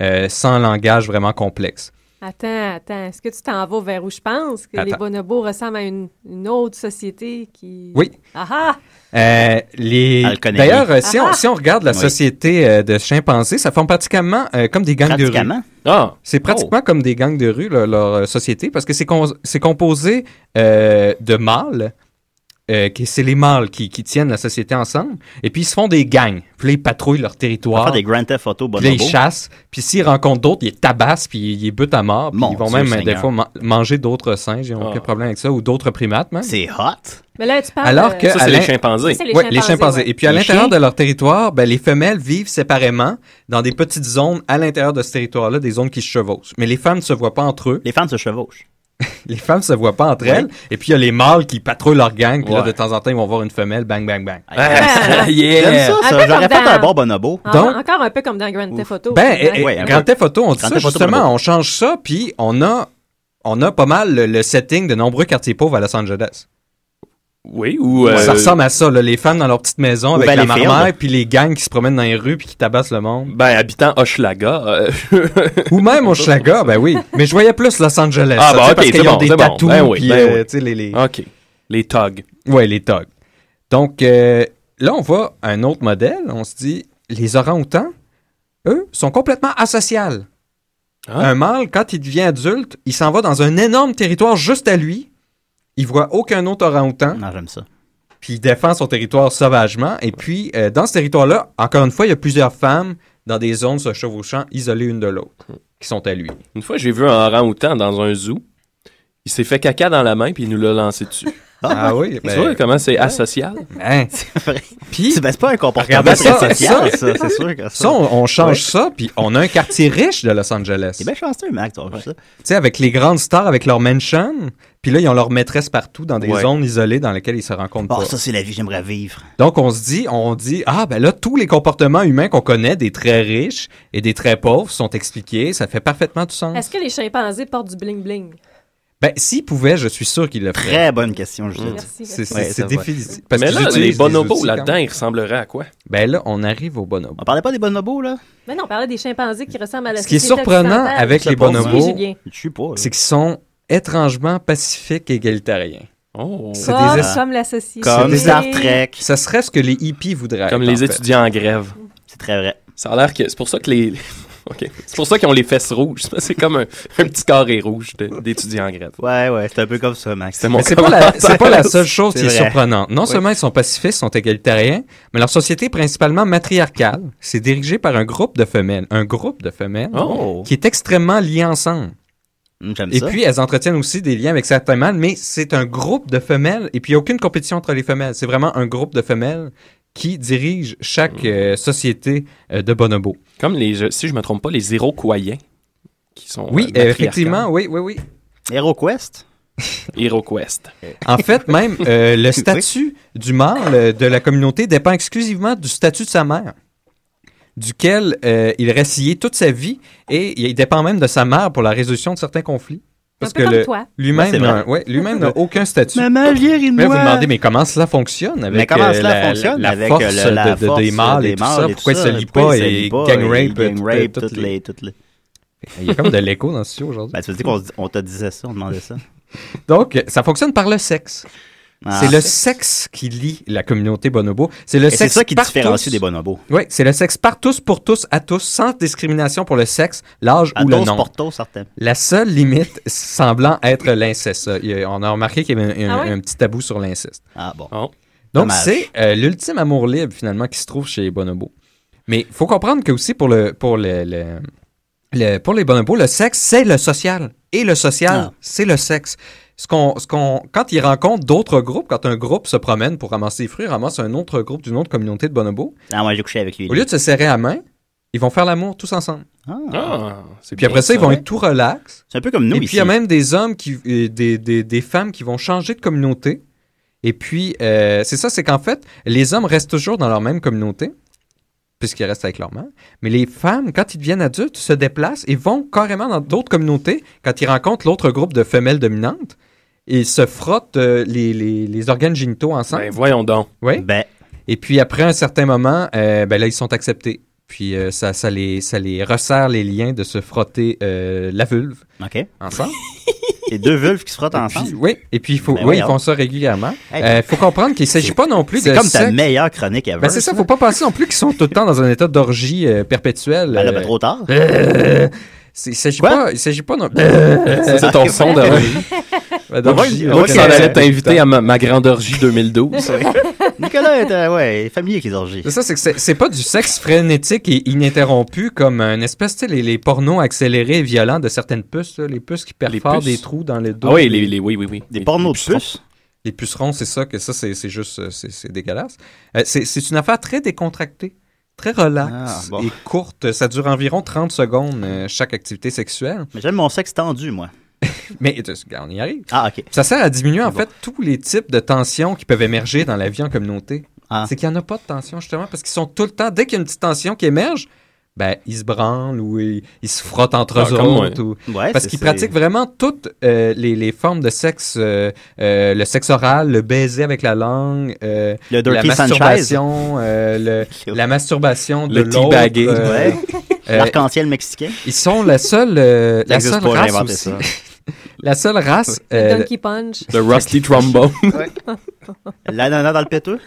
S9: euh, sans langage vraiment complexe.
S8: Attends, attends. Est-ce que tu t'en vas vers où je pense? Que les
S9: Attends.
S8: bonobos ressemblent à une, une autre société qui.
S9: Oui.
S8: Ah ah!
S9: Euh, les...
S4: Elle le connaît
S9: D'ailleurs,
S4: bien.
S9: euh, si, on,
S8: Ah!
S9: si on regarde la
S4: Oui.
S9: société euh, de chimpanzés, ça forme pratiquement euh, comme des gangs de rue.
S4: Pratiquement?
S7: Ah,
S4: Oh.
S9: C'est pratiquement comme des gangs de rue, leur, leur, euh, société, parce que c'est con- c'est composé euh, de mâles. euh, qui- c'est les mâles qui, qui tiennent la société ensemble. Et puis, ils se font des gangs. Puis là, ils patrouillent leur
S4: On va
S9: territoire.
S4: faire des Grand Theft Auto
S9: Ah. Puis là, ils
S4: bonobos.
S9: chassent. Puis s'ils rencontrent d'autres, ils les tabassent, puis ils les butent à mort. Puis
S4: Mon
S9: ils vont
S4: Dieu
S9: même, euh,
S4: Seigneur. Ah.
S9: des fois, man- manger d'autres singes. Ils n'ont aucun problème avec ça. Ou d'autres primates, même.
S4: C'est hot.
S8: Mais là, tu parles.
S9: Alors
S8: euh,
S9: que... à l'in-
S8: Ça, c'est
S9: Ouais, les chimpanzés.
S8: ouais.
S9: Et puis, à
S4: Les
S9: l'intérieur
S4: chiens.
S9: de leur territoire, ben, les femelles vivent séparément dans des petites zones à l'intérieur de ce territoire-là, des zones qui se chevauchent. Mais les femmes ne se voient pas entre eux.
S4: Les femmes se chevauchent.
S9: les femmes se voient pas entre
S4: Ouais.
S9: elles. Et puis, il y a les mâles qui patrouillent leur gang. Puis là,
S4: Ouais.
S9: de temps en temps, ils vont voir une femelle. Bang, bang, bang.
S4: Ah, J'aime ça,
S8: Un peu
S4: ça. J'aurais
S8: comme
S4: fait un
S8: dans-
S4: bon bonobo.
S8: en-
S9: Donc-
S8: Ah, encore un peu comme dans Grand Theft Auto.
S9: Ben,
S8: finalement.
S9: eh, eh, Grand Theft Auto, on dit
S4: Grand
S9: ça
S4: Theft Auto,
S9: justement,
S4: bravo.
S9: on change ça, puis on a, on a pas mal le, le setting de nombreux quartiers pauvres à Los Angeles.
S7: Oui, ou. euh,
S9: Ça ressemble à ça, là, les femmes dans leur petite
S7: Ou
S9: maison avec
S4: ben,
S9: la
S7: Valleyfield.
S9: marmaille, puis les gangs qui se promènent dans les rues puis qui tabassent le monde.
S7: Ben, habitant Hochelaga. euh,
S9: Ou même Hochelaga, ben oui. Mais je voyais plus Los Angeles.
S7: ah,
S9: ça,
S7: bah,
S9: tu sais,
S7: ok,
S9: parce
S7: c'est
S9: qu'ils ont
S7: bon,
S9: des
S7: c'est bon.
S9: tatous,
S7: Ben oui,
S9: puis,
S7: ben
S9: euh,
S7: oui. Ah.
S9: tu sais, les, les-
S7: Ok. Les togs.
S9: Ouais, les togs. Donc, euh, là, on voit un autre modèle. On se dit, les orangs-outans, eux, sont complètement asociales.
S7: Ah.
S9: Un mâle, quand il devient adulte, il s'en va dans un énorme territoire juste à lui. Il voit aucun autre orang-outan.
S4: Non, j'aime ça.
S9: Puis il défend son territoire sauvagement. Et puis, euh, dans ce territoire-là, encore une fois, il y a plusieurs femmes dans des zones se chevauchant, isolées une de l'autre, qui sont à lui.
S7: Une fois, j'ai vu un orang-outan dans un zoo. Il s'est fait caca dans la main, puis il nous l'a lancé dessus.
S9: Ah
S7: Tu
S9: oui, ben-
S7: vois comment c'est
S9: Ouais.
S7: asocial?
S9: Hein? Puis,
S4: C'est ben, c'est pas un comportement
S9: Regardez
S4: très
S9: ça,
S4: social,
S9: ça.
S4: ça. C'est sûr que ça.
S9: Ça, on, on change
S4: Ouais.
S9: ça, puis on a un quartier riche de Los Angeles.
S4: T'es bien chanceux, Mac, toi, ça.
S9: Tu sais, avec les grandes stars, avec leur mansion, Puis là, ils ont leur maîtresse partout dans des
S4: Ouais.
S9: zones isolées dans lesquelles ils se rencontrent
S4: Oh,
S9: pas.
S4: ça, c'est la vie que j'aimerais vivre.
S9: Donc, on se dit, on dit, ah, ben là, tous les comportements humains qu'on connaît, des très riches et des très pauvres, sont expliqués. Ça fait parfaitement du sens.
S8: Est-ce que les chimpanzés portent du bling-bling?
S9: Ben, s'ils pouvaient, je suis sûr qu'ils le feraient.
S4: Très bonne question, Judith.
S8: Merci,
S9: C'est
S8: merci.
S9: c'est-
S4: Ouais,
S9: c'est
S4: ça va.
S9: définitif.
S4: Mais là,
S9: qu'ils
S4: les
S9: utilisent des
S4: bonobos,
S9: outils, quand
S4: là-dedans,
S9: même.
S7: ils ressembleraient à quoi?
S9: Ben là, on arrive aux bonobos.
S4: On parlait pas des bonobos, là?
S8: Mais non, on parlait des chimpanzés qui ressemblent à la
S9: Ce qui est
S8: société
S9: surprenant
S8: occidentale.
S9: avec
S8: Je
S9: les
S8: sais pas,
S9: bonobos,
S8: oui, Julien.
S4: Je suis pas.
S9: C'est qu'ils sont étrangement pacifiques et égalitariens.
S7: Oh.
S9: C'est
S8: Comme-
S4: Ah,
S9: des es-
S8: comme la société.
S4: Comme
S9: des-
S4: Star Trek.
S9: Ça serait ce que les hippies voudraient.
S7: Comme
S9: être,
S7: les
S9: en fait.
S7: étudiants en grève.
S4: C'est très vrai.
S7: Ça a l'air que c'est pour ça que les. OK. C'est pour ça qu'ils ont les fesses rouges. C'est comme un, un petit carré rouge de- d'étudiants en grève.
S4: Ouais, ouais, c'est un peu comme ça, Max.
S7: C'est mon
S9: Mais c'est pas, la, c'est pas la seule chose
S4: C'est
S9: qui est
S4: vrai.
S9: surprenante. Non
S4: Oui.
S9: seulement ils sont pacifistes, sont égalitariens, mais leur société est principalement matriarcale. C'est dirigé par un groupe de femelles. Un groupe de femelles
S4: Oh.
S9: qui est extrêmement lié ensemble.
S4: Hum, J'aime
S9: Et
S4: ça.
S9: puis, elles entretiennent aussi des liens avec certains mâles, mais c'est un groupe de femelles, et puis il n'y a aucune compétition entre les femelles. C'est vraiment un groupe de femelles qui dirige chaque
S4: Hmm.
S9: euh, société euh, de bonobo.
S7: Comme les, je- si je me trompe pas, les Iroquois qui sont.
S9: Oui,
S7: euh,
S9: effectivement, oui, oui, oui.
S4: HeroQuest?
S7: matriarcales. HeroQuest.
S9: En fait, même euh, le statut du mâle euh, de la communauté dépend exclusivement du statut de sa mère, duquel euh, il reste lié toute sa vie, et il dépend même de sa mère pour la résolution de certains conflits. Parce
S8: peu
S9: que
S8: comme
S9: le-
S8: toi.
S9: lui-même
S4: Ouais, c'est
S9: n'a
S4: vrai.
S9: ouais, lui-même n'a aucun statut.
S4: Maman, viens,
S9: Mais vous
S4: ride-moi.
S9: vous demandez, mais comment cela fonctionne avec
S4: Mais comment
S9: euh,
S4: cela
S9: la,
S4: fonctionne
S9: la
S4: avec
S9: force,
S4: euh, le- la
S9: de- de-
S4: force
S9: des mâles et tout
S4: mâles
S9: ça? Pourquoi ils se lient
S4: Pourquoi
S9: pas
S4: ils se
S9: et
S4: lient pas
S9: gang
S4: et
S9: rape?
S4: gang
S9: tout- euh,
S4: rape,
S9: tout-
S4: toutes les... toutes les-
S9: Il y a comme de l'écho dans ce studio aujourd'hui.
S4: Ben, tu veux dire qu'on se- on te disait ça, on demandait ça?
S9: Donc, ça fonctionne par le sexe.
S4: Ah.
S9: C'est le sexe qui lie la communauté bonobo. C'est le
S4: Et
S9: sexe
S4: c'est ça qui
S9: par
S4: différencie
S9: tous.
S4: des bonobos.
S9: Oui, c'est le sexe par tous, pour tous, à tous, sans discrimination pour le sexe, l'âge
S4: À
S9: ou le
S4: tous,
S9: nom.
S4: pour tous, certains.
S9: La seule limite semblant être l'inceste. Il y a- On a remarqué qu'il y avait un,
S8: Ah oui?
S9: un petit tabou sur l'inceste.
S4: Ah bon.
S9: Donc,
S4: Dommage.
S9: c'est euh, l'ultime amour libre, finalement, qui se trouve chez les bonobos. Mais il faut comprendre que aussi, pour, le, pour, le, le- le- pour les bonobos, le sexe, c'est le social. Et le social,
S4: Ah.
S9: c'est le sexe. Ce qu'on, ce qu'on, quand ils rencontrent d'autres groupes, quand un groupe se promène pour ramasser des fruits, ramasse un autre groupe d'une autre communauté de bonobos,
S4: Ah, moi, j'ai couché avec lui.
S9: au lieu de se serrer la main, ils vont faire l'amour tous ensemble.
S4: Ah.
S7: Ah, c'est
S9: Puis après
S7: bien
S9: ça, ils vont être tout relax.
S4: C'est un peu comme nous
S9: et puis,
S4: ici.
S9: il y a même des hommes, qui, et des, des, des femmes qui vont changer de communauté. Et puis, euh, c'est ça, c'est qu'en fait, les hommes restent toujours dans leur même communauté, puisqu'ils restent avec leur mère. Mais les femmes, quand ils deviennent adultes, se déplacent et vont carrément dans d'autres communautés. Quand ils rencontrent l'autre groupe de femelles dominantes, ils se frottent euh, les, les, les organes génitaux ensemble.
S7: Ben, voyons donc.
S9: Oui.
S4: Ben,
S9: Et puis après un certain moment, euh, ben là, ils sont acceptés. Puis euh, ça, ça, les, ça les resserre les liens de se frotter euh, la vulve
S4: OK.
S9: ensemble.
S4: Et deux vulves qui se frottent
S9: Puis,
S4: ensemble.
S9: oui, et puis il faut,
S4: Ben
S9: oui, ils
S4: voyons.
S9: font ça régulièrement. Il
S4: Hey.
S9: faut comprendre qu'il ne s'agit pas non plus de
S4: C'est comme ta
S9: sexe-
S4: meilleure chronique ever.
S9: Ben, c'est ça, faut pas penser non plus qu'ils sont tout le temps dans un état d'orgie euh, perpétuel.
S4: Ben là, ben,
S9: euh,
S4: trop tard.
S9: euh, c'est- il s'agit
S4: Quoi? Euh,
S9: pas, il s'agit pas non
S7: Ça, c'est ton son de.
S9: Ben,
S7: On
S9: d'orgie,
S7: va
S9: ok.
S7: s'en allait t'inviter à ma, ma grande orgie 2012.
S4: Nicolas est, euh, ouais, est familier avec les orgies.
S9: C'est ça, c'est que c'est- c'est pas du sexe frénétique et ininterrompu comme un espèce, tu sais, les, les pornos accélérés et violents de certaines puces, là, les puces qui perforent
S7: puces?
S9: des trous dans le dos.
S7: ah oui, les, les- oui, oui, oui.
S4: Des
S7: Les-
S4: pornos
S7: les
S4: de puces.
S9: Les pucerons, c'est ça, que ça, c'est c'est juste, euh, c'est c'est dégueulasse. Euh, c'est c'est une affaire très décontractée, très relaxe
S4: Ah, bon.
S9: et courte. Ça dure environ 30 secondes euh, chaque activité sexuelle.
S4: Mais j'aime mon sexe tendu, moi.
S9: Mais euh, regarde, on y arrive.
S4: Ah, OK.
S9: Ça sert à diminuer, en
S4: Bon.
S9: fait, tous les types de tensions qui peuvent émerger dans la vie en communauté.
S4: Ah.
S9: C'est qu'il n'y en a pas de tension, justement, parce qu'ils sont tout le temps, dès qu'il y a une petite tension qui émerge, ben, ils se branlent ou ils, ils se frottent entre
S7: Ah,
S9: eux
S7: comme moi.
S9: autres. ou-
S4: Ouais,
S9: Parce
S4: Eh, c'est-
S9: qu'ils
S4: c'est-
S9: pratiquent vraiment toutes euh, les, les formes de sexe, euh, euh, le sexe oral, le baiser avec la langue, euh,
S4: Le
S9: la
S4: Dirty Sanchez.
S9: masturbation, euh, le- la masturbation de
S7: Le
S9: l'autre.
S7: teabagging.
S9: euh,
S4: Ouais.
S9: euh,
S4: L'arc-en-ciel mexicain.
S9: ils sont la seule, euh, la
S4: N'existe
S9: seule
S4: pas, j'ai
S9: race
S4: inventé
S9: aussi.
S4: ça.
S9: la seule race
S8: Le
S9: euh,
S8: Donkey Punch.
S7: The Rusty Trombone.
S4: L'ananas dans le péteux.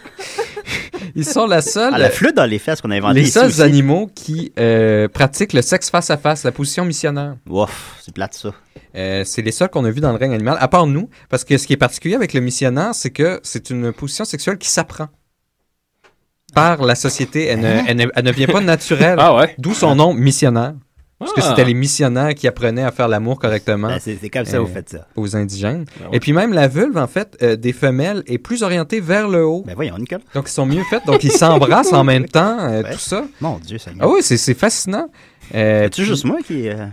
S9: Ils sont la seule,
S4: Ah, la flûte dans les fesses qu'on a inventée
S9: les
S4: ici
S9: seuls
S4: aussi.
S9: animaux qui euh, pratiquent le sexe face à face, la position missionnaire.
S4: Ouf, c'est plate, ça.
S9: Euh, c'est les seuls qu'on a vus dans le règne animal, à part nous, parce que ce qui est particulier avec le missionnaire, c'est que c'est une position sexuelle qui s'apprend par la société. Elle ne,
S4: Hein?
S9: elle ne- elle ne vient pas naturelle.
S7: Ah ouais.
S9: D'où son nom missionnaire. Parce que
S7: Ah.
S9: c'était les missionnaires qui apprenaient à faire l'amour correctement
S4: Ben, c'est c'est comme ça
S9: Euh,
S4: vous faites ça.
S9: aux indigènes.
S4: Ben
S7: Ah ouais.
S9: Et puis même la vulve, en fait, euh, des femelles est plus orientée vers le haut.
S4: Ben voyons, Nicolas.
S9: Donc ils sont mieux faites, donc ils s'embrassent en même temps, euh,
S4: Ouais.
S9: tout ça.
S4: Mon Dieu, Seigneur.
S9: Ah oui, c'est c'est fascinant. Euh,
S4: C'est-tu
S9: puis-
S4: juste moi qui... euh,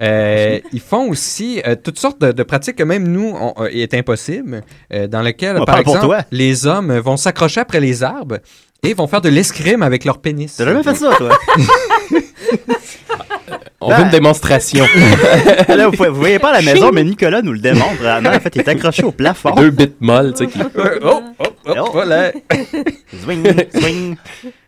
S9: Euh, ils font aussi euh, toutes sortes de, de pratiques que même nous, on, euh, est impossible, euh, dans lesquelles,
S4: On
S9: par
S4: parle pour
S9: exemple,
S4: toi.
S9: les hommes vont s'accrocher après les arbres et vont faire de l'escrime avec leur pénis. T'as
S4: jamais fait ça, toi?
S9: On veut une démonstration.
S4: Ah, Là, vous, pouvez- vous voyez pas à la maison, mais Nicolas nous le démontre. Vraiment, en fait, il est accroché au plafond.
S7: Deux bits molles, tu sais, qui-
S8: Euh,
S9: oh, oh, oh, voilà.
S4: Swing, swing.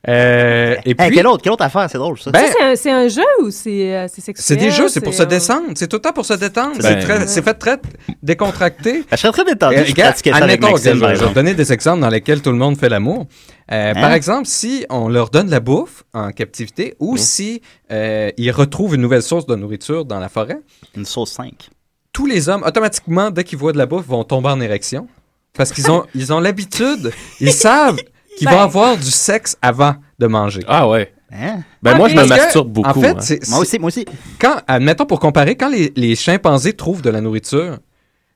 S9: Euh, et Ben,
S4: puis... quelle, autre, quelle autre affaire, c'est drôle, ça.
S8: ça, c'est un- c'est un, jeu ou c'est euh, c'est sexuel?
S9: C'est des jeux, c'est pour se
S8: euh,
S9: descendre. C'est tout le temps pour se détendre.
S4: Ben,
S9: C'est très-
S4: ouais.
S9: C'est fait très décontracté.
S4: Je serais très détendu
S9: Euh,
S4: si je
S9: regarde,
S4: pratiquais ça avec
S9: admettons,
S4: Maxime,
S9: je-
S4: par
S9: je vais
S4: exemple.
S9: donner des exemples dans lesquels tout le monde fait l'amour. Euh,
S4: Hein?
S9: Par exemple, si on leur donne la bouffe en captivité ou
S4: Hein?
S9: si euh, ils retrouvent une nouvelle source de nourriture dans la forêt,
S4: Une sauce 5.
S9: tous les hommes, automatiquement, dès qu'ils voient de la bouffe, vont tomber en érection parce qu'ils ont ils ont l'habitude, ils savent qu'ils vont
S7: Ben.
S9: avoir du sexe avant de manger.
S7: Ah ouais.
S4: Hein?
S7: Ben, moi, je me
S9: Parce que,
S7: masturbe beaucoup,
S9: En fait,
S7: hein.
S9: c'est-
S4: Moi
S9: c'est-
S4: aussi, moi aussi.
S9: quand, admettons pour comparer, quand les, les chimpanzés trouvent de la nourriture,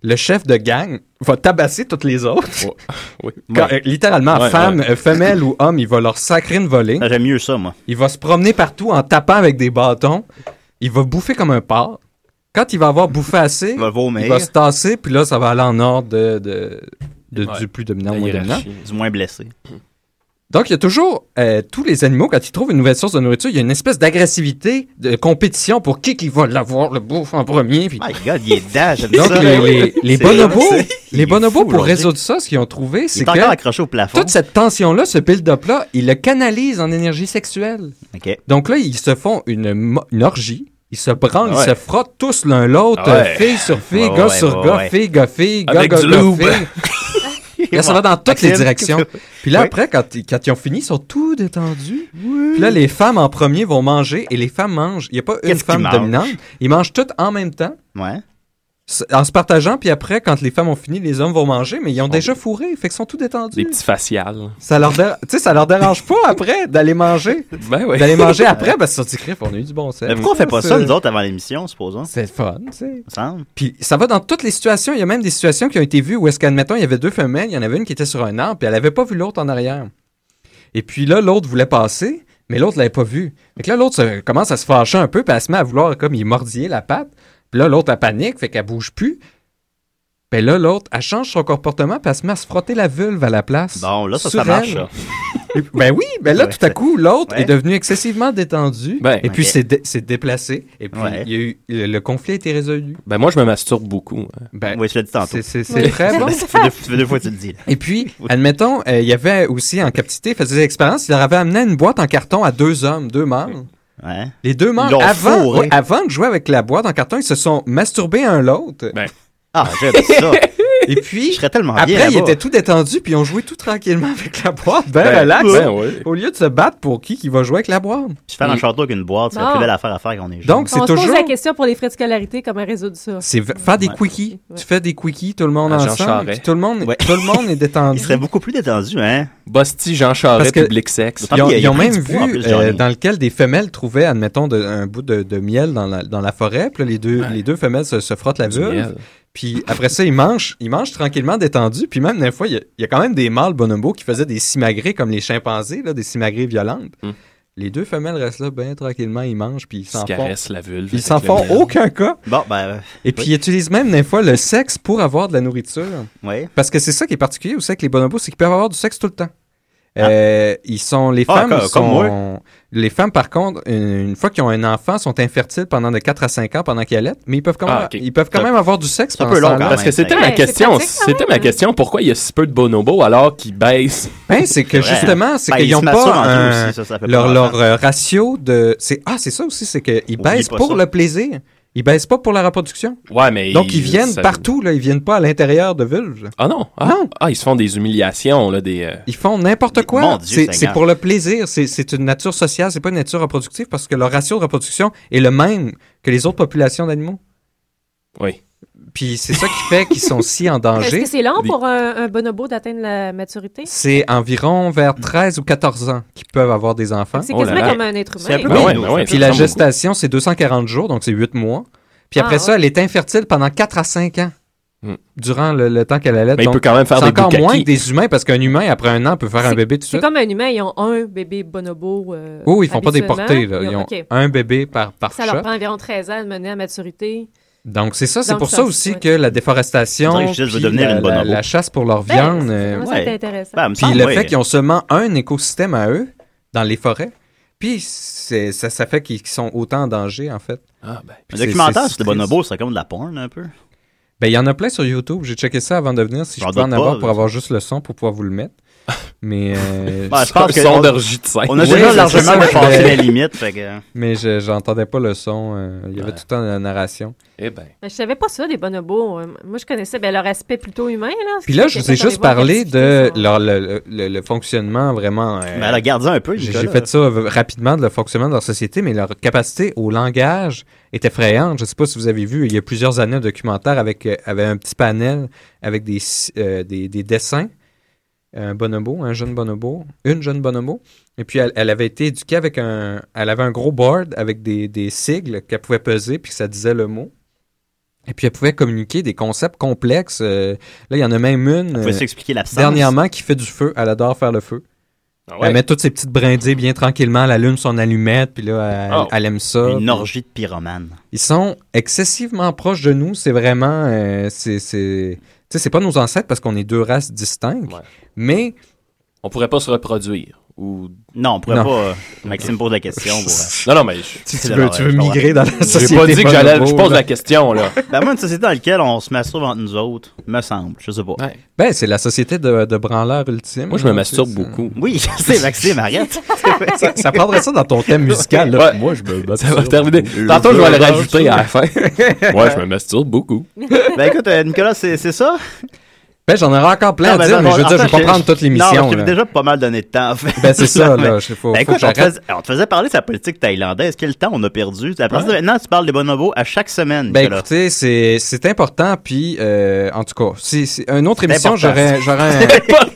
S9: le chef de gang va tabasser toutes les autres. Quand, euh, littéralement,
S4: Ouais,
S9: femme,
S4: ouais.
S9: euh, femelle ou homme, il va leur sacrer une volée.
S4: J'aime mieux ça, moi.
S9: Il va se promener partout en tapant avec des bâtons. Il va bouffer comme un porc. Quand il va avoir bouffé assez, il va,
S4: vomir.
S9: se tasser, puis là, ça va aller en ordre de, de- de-
S4: Ouais.
S9: du plus dominant au
S4: La
S9: moins dominant.
S4: hiérarchie. Du moins blessé.
S9: Donc, il y a toujours, euh, tous les animaux, quand ils trouvent une nouvelle source de nourriture, il y a une espèce d'agressivité, de compétition pour qui qui va l'avoir, le bouffe en premier. Puis...
S4: My God, il est dedans, j'aime
S9: Donc,
S4: ça.
S9: les, les, les
S4: C'est-
S9: bonobos,
S4: c'est- il est
S9: les bonobos
S4: fou,
S9: pour
S4: aujourd'hui.
S9: résoudre ça, ce qu'ils ont trouvé,
S4: Il
S9: c'est
S4: est
S9: que...
S4: encore accroché au plafond.
S9: Toute cette tension-là, ce build-up-là, ils le canalisent en énergie sexuelle.
S4: OK.
S9: Donc là, ils se font une, mo- une orgie. Ils se branlent,
S4: Ah Ouais.
S9: ils se frottent tous l'un l'autre,
S4: Ah ouais.
S9: euh, fille sur fille,
S4: Ouais,
S9: gars
S4: ouais,
S9: sur
S4: ouais,
S9: gars,
S4: ouais.
S9: fille, gars, fille, gars,
S4: Avec
S9: gars,
S4: du
S9: gars,
S4: lube.
S9: fille. Là, ça va dans toutes les
S4: Maxime.
S9: directions. Puis là,
S4: Oui.
S9: après, quand, ils- quand ils ont fini, ils sont tout détendus. Puis là, les femmes en premier vont manger et les femmes mangent. Il n'y a pas une
S4: Qu'est-ce qu'ils
S9: femme
S4: mangent?
S9: dominante. Ils mangent toutes en même temps.
S4: Ouais.
S9: s- En se partageant, puis après, quand les femmes ont fini, les hommes vont manger, mais ils ont déjà fourré, fait qu'ils sont tout détendus.
S7: Des petits faciales.
S9: Ça leur, dé- tu sais, ça leur dérange pas après d'aller manger.
S7: Ben ouais.
S9: D'aller manger après, parce que sur on a eu du bon sens.
S4: Mais pourquoi on fait pas
S9: Ça,
S4: ça,
S9: c'est-
S4: nous autres, avant l'émission, supposons?
S9: C'est fun, tu sais.
S4: semble.
S9: Puis ça va dans toutes les situations. Il y a même des situations qui ont été vues où est-ce qu'admettons, il y avait deux femelles, il y en avait une qui était sur un arbre, puis elle avait pas vu l'autre en arrière. Et puis là, l'autre voulait passer, mais l'autre l'avait pas vu. Fait que là, l'autre se- commence à se fâcher un peu, puis elle se met à vouloir comme il mordiller la patte. Puis là, l'autre, elle panique, fait qu'elle bouge plus. Puis là, l'autre, elle change son comportement, puis elle se met à se frotter la vulve à la place.
S4: Bon, là, ça,
S9: Sur
S4: ça marche,
S9: elle.
S4: ça.
S9: Et- ben oui, ben là,
S4: Ouais,
S9: tout à coup, l'autre
S4: ouais.
S9: est devenu excessivement détendu. et puis,
S7: ok.
S9: c'est dé- c'est déplacé. Et puis,
S7: Ouais.
S9: il y a eu- le, le conflit a été résolu.
S7: Ben, moi, je me masturbe beaucoup. hein.
S9: oui,
S4: je l'ai dit tantôt.
S9: Ben, C'est c'est très bon.
S4: Ça fait, deux, ça fait deux fois que tu le dis. Là.
S9: Et puis, admettons, euh, il y avait aussi en captivité, il faisait des expériences, il leur avait amené une boîte en carton à deux hommes, deux membres. Les deux membres,
S4: l'ont
S9: avant,
S4: fourré.
S9: ouais, avant de jouer avec la boîte en carton, ils se sont masturbés un l'autre.
S4: Ah, j'aime ça.
S9: Et puis,
S4: je serais tellement bien
S9: Après, ils
S4: là-bas.
S9: étaient tout détendus, puis ils ont joué tout tranquillement avec la boîte, ben,
S4: Ben,
S9: relax.
S4: ben ouais.
S9: Au lieu de se battre pour qui qui va jouer avec la boîte.
S4: Je fais un château avec une boîte, c'est la
S8: Bon.
S4: plus belle affaire à faire qu'on ait.
S9: Mm. Donc, c'est
S8: on se
S9: toujours.
S8: pose la question pour les frais de scolarité, comment résoudre ça?
S9: C'est v- faire des quickies. Tu fais des quickies, tout le monde
S4: Ah, Jean
S9: ensemble.
S4: Charest.
S9: puis Tout le monde, tout le monde est détendu.
S4: Il serait beaucoup plus détendu, hein?
S7: Bosti, Jean
S9: Parce
S7: Charest,
S9: que
S7: public sexe.
S9: Ils ont,
S4: Ah, Il a- il a
S9: ils ont
S4: pris du
S9: même
S4: poids, en
S9: vu
S4: plus, Johnny.
S9: euh, dans lequel des femelles trouvaient, admettons, de- un bout de, de miel dans la, dans la forêt. Puis là, les deux, les deux femelles se, se frottent la
S7: Du miel.
S9: vulve. Puis après ça, ils mangent, ils mangent tranquillement détendus. Puis même des fois, il y, a, il y a quand même des mâles bonobos qui faisaient des simagrées comme les chimpanzés, là, des simagrées violentes. Les deux femelles restent là bien tranquillement, ils mangent, puis ils
S7: Ils
S9: s'en
S7: se
S9: font.
S7: caressent la vulve
S9: Ils
S7: avec
S9: s'en
S7: le
S9: font Oh!
S7: miel.
S9: aucun cas.
S4: Bon, ben.
S9: Et puis, ils utilisent même des fois le sexe pour avoir de la nourriture.
S4: Oui.
S9: Parce que c'est ça qui est particulier aussi avec les bonobos, c'est qu'ils peuvent avoir du sexe tout le temps.
S7: Ah.
S9: Euh, ils sont les
S4: Ah,
S9: femmes
S4: co- comme
S9: sont-
S4: moi.
S9: les femmes par contre une, une fois qu'ils ont un enfant sont infertiles pendant de 4 à 5 ans pendant qu'ils allaitent mais ils peuvent quand même
S7: Ah, ok.
S9: ils peuvent quand
S7: Ça-
S9: même avoir du sexe pendant ce temps-là.
S7: Parce que c'était ma question. C'était ma question. Pourquoi il y a si peu de bonobos alors qu'ils baissent?
S9: Ben, c'est que justement,
S7: Ben,
S4: Ben,
S9: c'est qu'ils n'ont pas un- leur, leur, euh, ratio de. c'est- Ah, c'est ça aussi, c'est qu'ils baissent
S7: hein. pas
S9: pour
S7: ça.
S9: le plaisir. Ils baissent pas pour la reproduction.
S7: Ouais, mais
S9: Donc, ils viennent
S7: ça-
S9: partout, là. Ils viennent pas à l'intérieur de vulve.
S7: Ah non? Ah, ah, ils se font des humiliations, là, des... euh,
S9: Ils font n'importe
S7: Mon
S9: quoi.
S7: Dieu,
S9: C'est
S7: Seigneur.
S9: c'est pour le plaisir. C'est- C'est une nature sociale. C'est pas une nature reproductive parce que leur ratio de reproduction est le même que les autres populations d'animaux.
S7: Oui.
S9: Puis c'est ça qui fait qu'ils sont si en
S8: Est-ce
S9: danger.
S8: que c'est long pour un, un bonobo d'atteindre la maturité?
S9: C'est environ vers 13 ou 14 ans qu'ils peuvent avoir des enfants.
S8: C'est Oh là quasiment là. comme un être humain. C'est un peu
S7: ben
S9: Oui.
S8: comme nous, ça.
S9: Puis
S8: Ça
S9: la
S8: ressemble
S9: gestation, c'est 240 jours, donc c'est 8 mois. Puis
S8: Ah,
S9: après ça,
S8: ouais.
S9: elle est infertile pendant 4 à 5 ans. durant le, le temps qu'elle allait.
S7: Hmm. Mais il peut quand même faire
S9: c'est
S7: des
S9: encore
S7: bukkakis.
S9: moins que des humains parce qu'un humain, après un an, peut faire un bébé tout de
S8: C'est
S9: suite.
S8: comme un humain, ils ont un bébé bonobo. euh,
S9: Oui, oui, ils font pas des
S8: habituellement.
S9: portées. là. Ils ont
S8: ok.
S9: un bébé par, par
S8: Ça
S9: chat.
S8: leur prend environ 13 ans de mener à maturité.
S9: Donc, c'est ça. C'est
S8: Donc,
S9: pour
S8: ça,
S9: ça aussi
S8: ouais.
S9: que la déforestation,
S4: Faudrait que je dise, je veux
S9: puis
S4: devenir
S9: la,
S4: une
S9: la-
S4: bonobo.
S9: la chasse pour leur
S8: Ben,
S9: viande,
S8: c'est-
S9: euh,
S8: moi, ça, c'est intéressant.
S4: Ben, il me
S9: puis
S4: semble,
S9: le
S4: oui.
S9: fait qu'ils ont seulement un écosystème à eux dans les forêts, puis c'est- ça, ça fait qu'ils qu'ils sont autant en danger, en fait.
S7: Ah, ben.
S9: Puis
S4: Un
S9: c'est-
S4: documentaire
S9: c'est-
S4: sur les
S9: c'est triste.
S4: bonobos, c'est comme de la porn, un peu.
S9: Ben, il y en a plein sur YouTube. J'ai checké ça avant de venir si
S4: J'en
S9: je pouvais en
S4: doute
S9: avoir
S4: pas,
S9: pour
S4: là.
S9: avoir juste le son pour pouvoir vous le mettre. Mais. euh,
S4: Ben, je
S7: Un
S4: pense que
S7: son
S4: on-
S7: d'orgie de scène.
S4: On a
S9: Oui,
S4: déjà
S9: c'est
S4: largement
S9: ça, Euh, mais-
S4: dépassé la limite, fait que...
S9: Mais je- j'entendais pas le son. euh, il y avait tout le temps la narration.
S7: Eh ben.
S8: Mais je savais pas ça, des bonobos. Euh, Moi, je connaissais ben, leur aspect plutôt humain. Là,
S9: Puis là, je vous ai juste parlé de leur- le, le- le fonctionnement vraiment. euh,
S4: Mais elle a gardé ben, un peu,
S9: j'ai
S4: Nicolas.
S9: j'ai fait ça euh, rapidement de le fonctionnement de leur société, mais leur capacité au langage est effrayante. Je ne sais pas si vous avez vu, il y a plusieurs années, un documentaire avec, euh, avec un petit panel avec des, si- euh, des, des dessins. Un bonobo, un jeune bonobo, une jeune bonobo. Et puis elle, elle avait été éduquée avec un. Elle avait un gros board avec des, des sigles qu'elle pouvait peser, puis que ça disait le mot. Et puis elle pouvait communiquer des concepts complexes. Euh, là, il y en a même une.
S4: On
S9: euh,
S4: peut s'expliquer l'absence.
S9: Dernièrement, qui fait du feu. Elle adore faire le feu.
S7: Ah ouais.
S9: Elle met toutes ses petites brindilles bien tranquillement. Elle allume son allumette, puis là, elle,
S7: Oh.
S9: elle aime ça.
S4: Une
S9: Puis-
S4: orgie de pyromane.
S9: Ils sont excessivement proches de nous. C'est vraiment... euh, c'est, c'est... tu sais, c'est pas nos ancêtres parce qu'on est deux races distinctes.
S7: Ouais.
S9: Mais
S7: On pourrait pas se reproduire. Ou...
S4: Non, on pourrait
S9: Non.
S4: pas... euh, Maxime pose la question. pour, euh,
S7: Non, non, mais je-
S9: tu,
S4: C'est
S9: tu
S4: la
S9: veux, tu veux
S4: vraie-
S9: migrer dans la société.
S7: j'ai pas dit que j'allais.
S9: bonobo,
S7: Je pose
S9: là.
S7: la question, là.
S4: Ben, moi, une société dans laquelle on se masturbe entre nous autres, me semble, je sais pas.
S7: Ouais.
S9: Ben, c'est la société de, de branleurs ultime.
S7: Moi, je me
S9: là,
S7: masturbe
S9: c'est-
S7: beaucoup.
S4: Oui, je sais, Maxime, arrête.
S9: Ça, ça prendrait ça dans ton thème musical. là.
S7: Ouais. Moi, je me Ça va terminer. Tantôt, je vais le rajouter à la fin. Moi, je me masturbe beaucoup.
S4: ben, écoute, euh, Nicolas, c'est c'est ça?
S9: Ben, j'en aurais encore plein
S4: Non,
S9: à
S4: ben,
S9: dire,
S4: non,
S9: mais je veux
S4: en
S9: dire, je
S4: fait,
S9: vais pas prendre toute
S4: Non,
S9: l'émission.
S4: j'ai
S9: là.
S4: déjà pas mal donné de temps. en fait.
S9: Ben, c'est ça,
S4: Non,
S9: là.
S4: mais-
S9: Je- faut-
S4: Ben,
S9: faut
S4: écoute,
S9: que
S4: on, te
S9: j'arrête.
S4: faisait, on te faisait parler de sa politique thaïlandaise. Quel temps on a perdu? À partir de maintenant, tu parles des bonobos à chaque semaine,
S9: Ben
S4: Nicolas.
S9: écoutez, c'est c'est important, puis euh, en tout cas, c'est c'est- une autre émission,
S4: important.
S9: j'aurais... j'aurais un-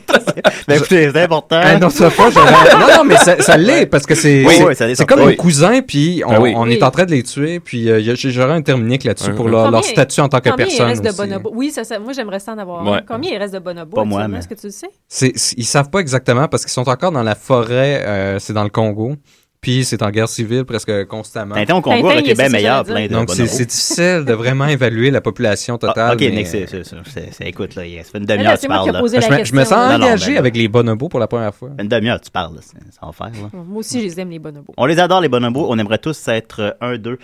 S4: Ben, écoutez, c'est important.
S9: un autre fois, j'aurais... Non, non, mais ça, ça l'est, parce que c'est...
S4: Oui,
S9: c'est-
S4: oui, ça l'est,
S9: c'est
S4: ça.
S9: comme
S4: Oui.
S9: nos cousins, puis on,
S7: Ben oui.
S9: on
S8: Oui.
S9: est en train de les tuer, puis euh, y a- j'aurais un terminique là-dessus pour leur, leur
S8: Combien-
S9: statut en tant que
S8: Combien il
S9: personne
S8: reste de
S9: aussi.
S8: bonobos? Oui, ça, ça- moi, j'aimerais ça en avoir
S7: Ouais.
S8: un. Combien il reste de bonobos?
S4: Pas moi,
S8: actuellement?
S4: mais-
S8: Est-ce que tu le sais?
S9: C'est- c'est- ils savent pas exactement, parce qu'ils sont encore dans la forêt, euh, c'est dans le Congo, puis c'est en guerre civile presque constamment.
S4: Tintin au Congo,
S8: Tintin,
S4: avec
S8: il est
S4: bien
S8: Ben, ça,
S4: meilleur, plein
S8: j'allais
S4: de
S9: Donc c'est
S4: bonobos.
S9: c'est difficile de vraiment évaluer la population totale.
S4: Ah, ok,
S9: mais-
S4: Nick, c'est c'est- c'est- c'est- c'est- écoute, là, ça fait une
S8: Mais Ben, là,
S4: demi-heure que
S8: c'est
S4: tu
S8: moi qui
S4: parles.
S8: ai
S4: là.
S8: posé
S9: Ah, Ben, Je
S8: la
S9: me, je me
S8: question.
S9: sens
S4: Non, non,
S9: engagé
S4: ben,
S9: avec les bonobos pour la première fois.
S4: Une demi-heure, tu parles, là, c'est- ça va faire. Là.
S8: Moi aussi, je les aime, les bonobos.
S4: On les adore, les bonobos. On aimerait tous être euh, un d'eux,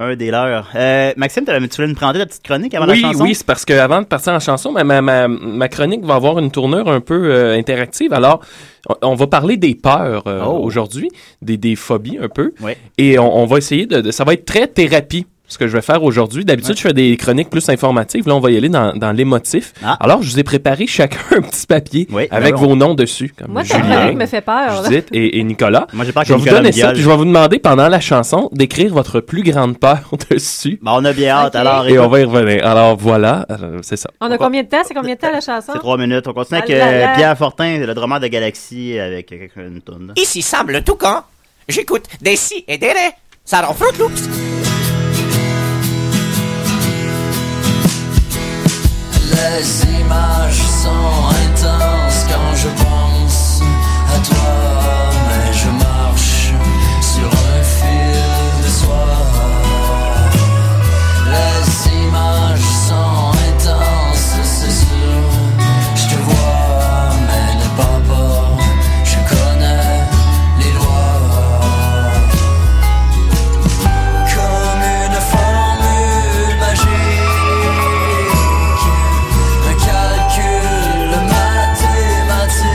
S4: un des leurs. Euh, Maxime, t'avais- tu voulais nous prendre la petite chronique avant
S7: oui,
S4: la chanson?
S7: Oui, c'est parce qu'avant de partir en chanson, ma, ma, ma, ma chronique va avoir une tournure un peu euh, interactive. Alors, on, on va parler des peurs euh,
S4: Oh.
S7: aujourd'hui, des, des phobies un peu.
S4: Ouais.
S7: Et on, on va essayer de, de- Ça va être très thérapie, ce que je vais faire aujourd'hui. D'habitude, je fais des chroniques plus informatives. Là, on va y aller dans, dans l'émotif.
S4: Ah.
S7: Alors, je vous ai préparé chacun un petit papier
S4: Oui,
S7: avec
S4: ben
S7: vos noms dessus, comme
S8: Moi, ta
S7: Julien,
S8: chronique me fait peur. là.
S7: Judith et, et Nicolas.
S4: Moi, j'ai peur
S7: Je vais
S4: que
S7: vous
S4: Nicolas
S7: donner
S4: me
S7: ça,
S4: viole.
S7: puis je vais vous demander pendant la chanson d'écrire votre plus grande peur dessus.
S4: Ben, on a bien hâte,
S8: Ok.
S4: alors.
S7: Et on
S4: écoute,
S7: va y revenir. Alors voilà, euh, c'est ça.
S8: On a combien de temps? C'est combien de temps la chanson?
S4: C'est trois minutes. On continue avec
S8: Ah là
S4: euh,
S8: là.
S4: Pierre Fortin, le drummer de Galaxy, avec euh, quelqu'un une toune. là.
S10: Ici semble tout quand j'écoute des si et des ré. Ça rend Fruit Loops. Les images sont intenses quand je pense à toi, mais je marche sur un fil de soie. Les images sont intenses, c'est sûr. Je te vois, mais ne pas pas. Je connais les lois. Comme une formule magique, un calcul mathématique.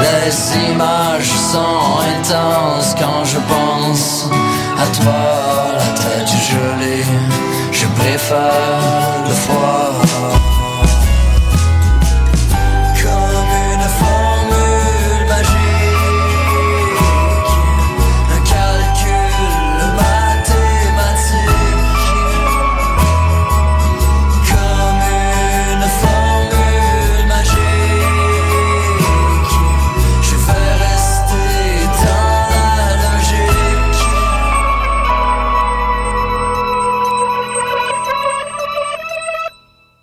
S11: les images sont intenses quand je pense à toi, la tête gelée. Je préfère le froid. Comme une formule magique, un calcul mathématique. Comme une formule magique, je vais rester dans la logique.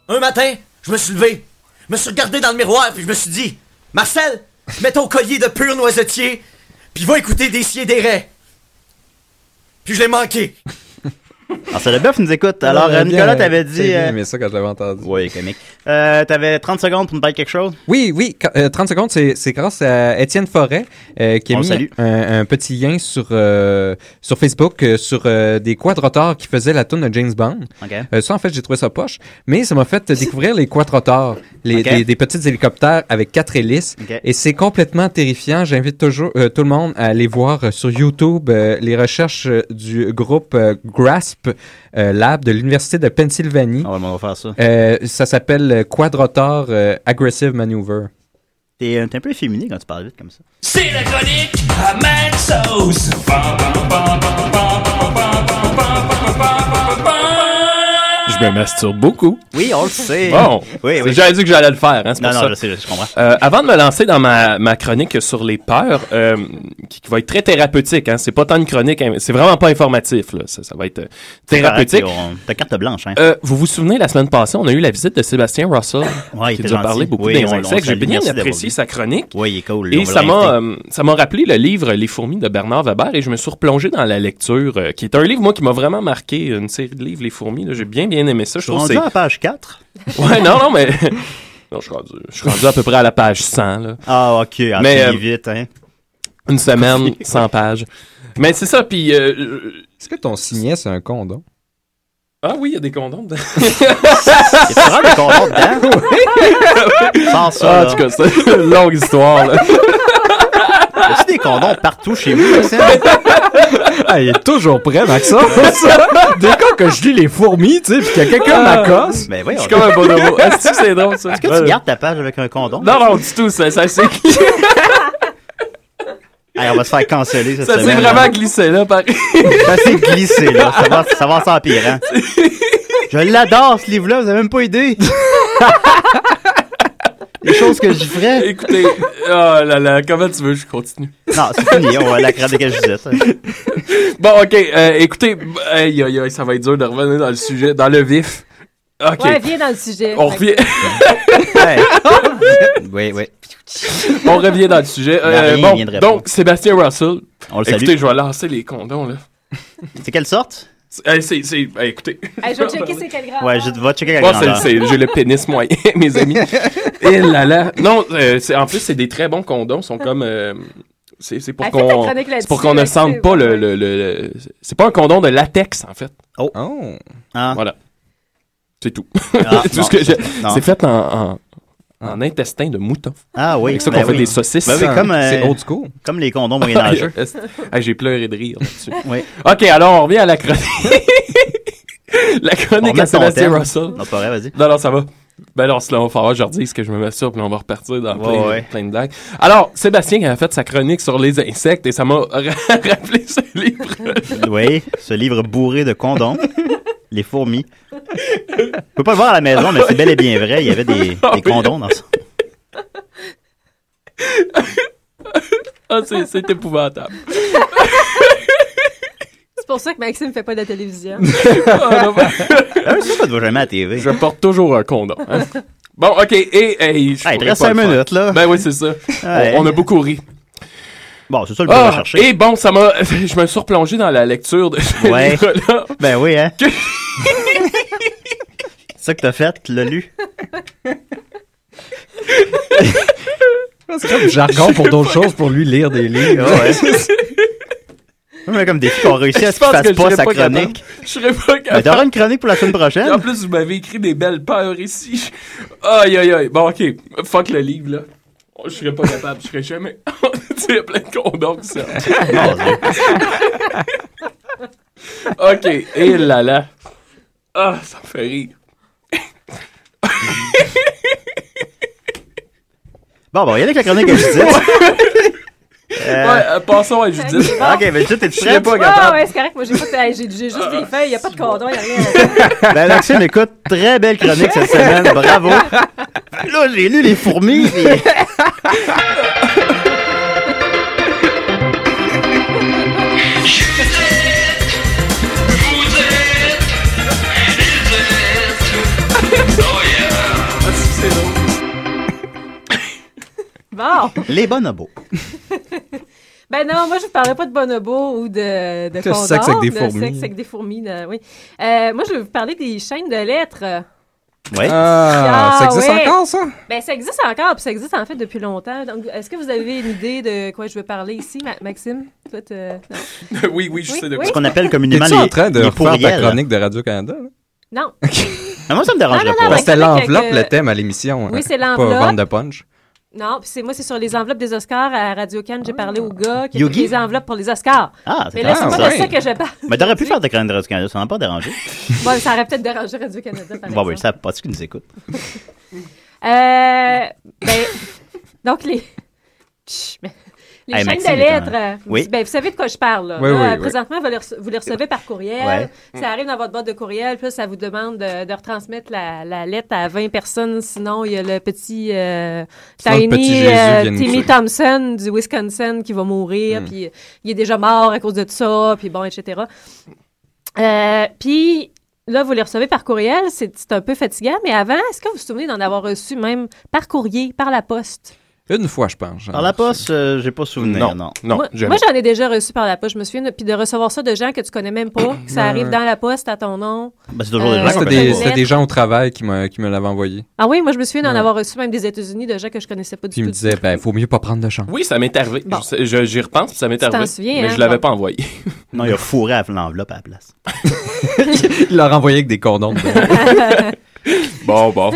S12: Un matin, je me suis levé, je me suis regardé dans le miroir, puis je me suis dit Marcel, mets ton collier de pur noisetier, puis va écouter des sciés des raies. Puis je l'ai manqué.
S4: Alors, c'est Ah, le bœuf nous écoute. Alors,
S9: Ouais,
S4: euh, Nicolas,
S9: Ah, bien,
S4: t'avais
S9: j'ai
S4: dit.
S9: bien
S4: euh,
S9: aimé ça quand je l'avais entendu.
S4: Oui, comique. euh, t'avais 30 secondes pour nous parler de quelque chose.
S9: Oui, oui, qu- euh, 30 secondes, c'est c'est grâce à Étienne Forêt euh, qui a
S4: On le salue.
S9: mis un, un petit lien sur, euh, sur Facebook euh, sur euh, des quadroteurs qui faisaient la tune de James Bond.
S4: OK.
S9: Euh, ça, en fait, j'ai trouvé ça poche, mais ça m'a fait découvrir les quadroteurs, les,
S4: OK.
S9: des, des petits hélicoptères avec quatre hélices.
S4: OK.
S9: Et c'est complètement terrifiant. J'invite toujours euh, tout le monde à aller voir euh, sur YouTube euh, les recherches euh, du groupe euh, GRASP euh, Lab de l'Université de Pennsylvanie.
S4: on va faire ça.
S9: ça s'appelle euh, Quadrotor euh, Aggressive Maneuver.
S4: T'es euh, t'es un peu efféminé quand tu parles vite comme ça.
S5: C'est la chronique à Mad Sauce. Pam, pam, pam, pam, pam, pam, pam, pam, pam, pam, pam, pam, pam.
S7: Je me masturbe beaucoup.
S4: Oui, on le sait.
S7: Bon.
S4: Oui,
S7: C'est-
S4: oui.
S7: J'avais dit que j'allais le faire. Hein, c'est
S4: Non,
S7: pour
S4: non,
S7: ça.
S4: je sais, je comprends.
S7: Euh, avant de me lancer dans ma, ma chronique sur les peurs, euh, qui, qui va être très thérapeutique, hein, c'est pas tant une chronique, hein, c'est vraiment pas informatif, là, ça, ça va être euh, thérapeutique.
S4: Correct, on- T'as carte blanche, hein.
S7: Euh, vous vous souvenez, la semaine passée, on a eu la visite de Sébastien Russell,
S4: Ouais, Ah, il
S7: qui
S4: était
S7: nous a
S4: gentil.
S7: parlé beaucoup
S4: Oui,
S7: des
S4: on- on
S7: insectes. J'ai
S4: salue.
S7: bien
S4: Merci d'avoir
S7: apprécié
S4: vu.
S7: sa chronique.
S4: Oui, il est cool. on
S7: Et
S4: va
S7: ça m'a,
S4: l'inviter.
S7: euh, ça m'a rappelé le livre Les fourmis de Bernard Weber et je me suis replongé dans la lecture, euh, qui est un livre, moi, qui m'a vraiment marqué, une série de livres, Les fourmis. là. j'ai bien, bien aimé ça.
S4: Je
S7: Je
S4: suis
S7: trouve
S4: rendu
S7: que c'est-
S4: à la page 4.
S7: Ouais, non, non, mais. Non, je suis rendu, je suis rendu à peu près à la page 100. Là.
S4: Ah, ok, ah,
S7: Mais,
S4: c'est
S7: euh,
S4: vite, hein.
S7: Une semaine, 100 pages. Mais c'est ça, puis. euh, euh,
S9: Est-ce que ton signet, c'est un condom?
S7: Ah oui, il y a des condoms dedans.
S9: C'est
S4: vraiment un condom dedans?
S7: Oui.
S4: Sans ça,
S7: Ah,
S4: là.
S7: en tout cas, c'est une longue histoire. Là.
S4: As-tu des condoms partout chez vous, Maxime?
S9: Ah, il est toujours prêt, Maxence. Dès qu'on que je lis les fourmis, tu sais, puis que quelqu'un
S7: Ah.
S9: m'accoste.
S4: Mais oui,
S7: Je suis comme un bonobo. Est-ce que c'est drôle, ça?
S4: Est-ce que tu
S7: Ouais.
S4: gardes ta page avec un condom?
S7: Non, non, du tout, ça, ça s'est
S4: Hey, on va se faire canceller cette
S7: ça s'est
S4: semaine. hein.
S7: vraiment glissé, là, pareil.
S4: Ça s'est glissé, là. Ça va, ça va s'empirer. hein. Je l'adore, ce livre-là. Vous avez même pas idée. Les choses que j'y ferais.
S7: Écoutez, oh là là, comment tu veux que je continue?
S4: Non, c'est fini. On va la craindre que je disais ça.
S7: Bon, OK, euh, écoutez, b- aïe, aïe, aïe, ça va être dur de revenir dans le sujet, dans le vif. OK,
S8: Ouais, viens dans le sujet.
S7: on revient...
S4: Oui, oui.
S7: on revient dans le sujet. Euh,
S4: rien
S7: bon,
S4: viendrait
S7: donc, Sébastien Russell.
S4: On le
S7: écoutez,
S4: salue.
S7: je vais lancer les condoms, là.
S4: C'est quelle sorte?
S7: C'est- euh, C'est... c'est- euh, écoutez...
S8: Hey, je vais checker c'est quel grave.
S4: Ouais, je vais checker la
S7: Moi,
S4: grandeur.
S7: j'ai le pénis moyen, mes amis. Et là là. Non, euh, c'est- en plus, c'est des très bons condoms. Ils sont comme. euh, c'est c'est pour
S8: Elle fait ta
S7: qu'on
S8: chronique là-dessus,
S7: c'est pour qu'on ne
S8: là, c'est-
S7: sente pas le. le- le- le- c'est pas un condom de latex, en fait.
S4: Oh.
S7: Voilà. C'est tout.
S4: Ah,
S7: Tout
S4: non.
S7: ce que j'ai-
S4: Non.
S7: C'est fait en, en, en intestin de mouton.
S4: Ah oui.
S7: Avec ça
S4: ben
S7: qu'on fait
S4: oui.
S7: des saucisses.
S4: Ben oui, comme, euh,
S7: C'est old school.
S4: Comme les condoms moyen-âgeux.
S7: Ah, J'ai pleuré de rire là-dessus.
S4: Oui.
S7: OK, alors on revient à la chronique. la chronique à Sébastien Russell.
S4: Non, pas vrai, vas-y.
S7: Non, non, ça va. Ben non, sinon, il va falloir que je redise que je me masturbe, puis on va repartir dans
S4: Ouais,
S7: plein,
S4: ouais.
S7: plein de blagues. Alors, Sébastien qui a fait sa chronique sur les insectes et ça m'a ra- rappelé ce livre.
S4: Oui, ce livre bourré de condoms. Les fourmis. Je peux pas le voir à la maison, mais c'est bel et bien vrai. Il y avait des, des condoms dans ça.
S7: Ah, c'est c'est épouvantable.
S8: C'est pour ça que Maxime fait pas de télévision.
S4: Ah oui, c'est ça, tu vas jamais à la TV.
S7: Je porte toujours un condom. hein. Bon, OK, et... Hey, je
S4: Hey, Ah, il te reste
S7: pourrais pas
S4: cinq
S7: le faire.
S4: minutes, là.
S7: Ben oui, c'est ça.
S4: Ouais.
S7: On, on a beaucoup ri.
S4: Bon, c'est ça le but
S7: Ah,
S4: recherché.
S7: et bon, ça m'a... Je me suis replongé dans la lecture de ce
S4: Ouais.
S7: livre-là.
S4: Ben oui, hein. C'est ça que t'as fait, tu l'as lu.
S9: C'est comme jargon pour d'autres choses, pour lui lire des livres.
S4: hein, Ouais. Mais comme des filles qui ont réussi à ce qu'il
S7: Je pense
S4: fasse
S7: que je
S4: pas
S7: serais
S4: sa
S7: pas capable.
S4: chronique.
S7: Je serais pas
S4: Mais t'auras
S7: capable.
S4: une chronique pour la semaine prochaine.
S7: En plus, vous m'avez écrit des belles peurs ici. Aïe, aïe, aïe. Bon, OK. Fuck le livre, là. Oh, je serais pas capable, je serais jamais. tu sais, il y a plein de condoms qui sortent. ok, et là là. Ah, ça me fait rire.
S4: Bon, bon, il y en a que la chronique à Judith.
S7: Ouais, euh, passons à Judith.
S4: ah, Ok, mais Judith, t'es
S7: Je serais
S4: prête?
S7: pas
S8: Ah
S7: capable.
S8: ouais, c'est correct. Moi, j'ai pas- hey, j'ai j'ai juste des feuilles. Il n'y a pas de cordon, il n'y a rien.
S4: Ben, Maxime, écoute, très belle chronique cette semaine, bravo. Là, j'ai lu les fourmis. puis-
S8: Bon.
S4: Les bonobos.
S8: Ben non, moi, je ne parlerai pas de bonobo ou de, de
S4: De
S8: condom,
S4: sexe avec des
S8: de
S4: fourmis.
S8: sexe avec des fourmis, de- oui. Euh, moi, je vais vous parler des chaînes de lettres.
S4: Ouais.
S7: Euh.
S9: Ah,
S8: Ah,
S9: ça existe
S8: ouais.
S9: encore, ça?
S8: Ben, ça existe encore, puis ça existe en fait depuis longtemps. Donc, est-ce que vous avez une idée de quoi je veux parler ici, Ma- Maxime? Toi, t'es- non.
S7: oui, oui, je sais de quoi.
S4: Ce qu'on appelle communément
S9: T'es-tu
S4: les-
S9: en train de
S4: les
S9: refaire ta
S4: pourriels?
S9: chronique de Radio-Canada? là?
S8: Non.
S4: Mais moi, ça me
S8: dérangerait Non, non, non, pas. mais
S9: Parce que c'était
S8: c'est vrai
S9: l'enveloppe,
S8: que- euh,
S9: le thème à l'émission.
S8: Oui,
S9: hein,
S8: c'est
S9: Pas
S8: l'enveloppe.
S9: vendre de punch.
S8: Non, puis c'est moi, c'est sur les enveloppes des Oscars à Radio Cannes. J'ai parlé au gars qui a
S4: Yogi?
S8: fait les enveloppes pour les Oscars.
S4: Ah, c'est
S8: Mais là, c'est
S4: intéressant,
S8: pas de
S4: ça.
S8: ça que je parle.
S4: Mais t'aurais pu faire ta chronique de Radio-Canada, ça n'a pas dérangé.
S8: Bon, ça aurait peut-être dérangé Radio-Canada, par
S4: Bon,
S8: exemple.
S4: ben, ça pas ce qu'ils nous écoutent.
S8: Euh, ben, donc, les, Chut, mais- les
S4: Hey,
S8: chaînes
S4: Maxime
S8: de
S4: est en-
S8: lettres, euh, vous-
S4: Oui.
S8: ben, vous savez de quoi je parle. Là.
S4: Oui,
S8: Là,
S4: oui,
S8: euh,
S4: oui.
S8: Présentement, vous les, rece- vous les recevez par courriel.
S4: Ouais.
S8: Ça arrive dans votre boîte de courriel. Puis là, ça vous demande de, de retransmettre la, la lettre à 20 personnes. Sinon, il y a le petit euh,
S9: Sinon, le
S8: Tiny
S9: petit Jésus
S8: euh,
S9: vient nous
S8: Timmy
S9: tuer.
S8: Thompson du Wisconsin qui va mourir.
S9: Hmm.
S8: Puis euh, il est déjà mort à cause de ça. Puis bon, etc. Euh, puis là, vous les recevez par courriel, c'est c'est un peu fatigant, mais avant, est-ce que vous vous souvenez d'en avoir reçu même par courrier, par la poste?
S9: Une fois, je pense.
S4: Par la poste, euh, j'ai pas souvenir, non.
S8: moi, moi, j'en ai déjà reçu par la poste, je me souviens, de- puis de recevoir ça de gens que tu connais même pas, que ça
S9: Ouais,
S8: arrive
S9: ouais.
S8: dans la poste à ton nom.
S4: Ben, c'est
S9: Moi,
S8: Euh,
S9: C'était
S8: une
S9: des,
S8: lettre.
S9: c'était des gens au travail qui me, qui me l'avaient envoyé.
S8: Ah oui, moi, je me souviens d'en
S9: Ouais.
S8: avoir reçu même des États-Unis, de gens que je connaissais pas du
S9: Puis ils me
S8: tout.
S9: disaient, ben, faut mieux pas prendre de chance.
S7: Oui, ça m'est arrivé. Je sais- je- J'y repense, puis ça m'est
S8: Tu t'en
S7: arrivé.
S8: souviens,
S7: mais
S8: hein,
S7: je l'avais
S8: bon.
S7: pas envoyé.
S4: Non, il a fourré à l'enveloppe à la place.
S9: Il l'a renvoyé avec des condoms.
S7: bon, bon.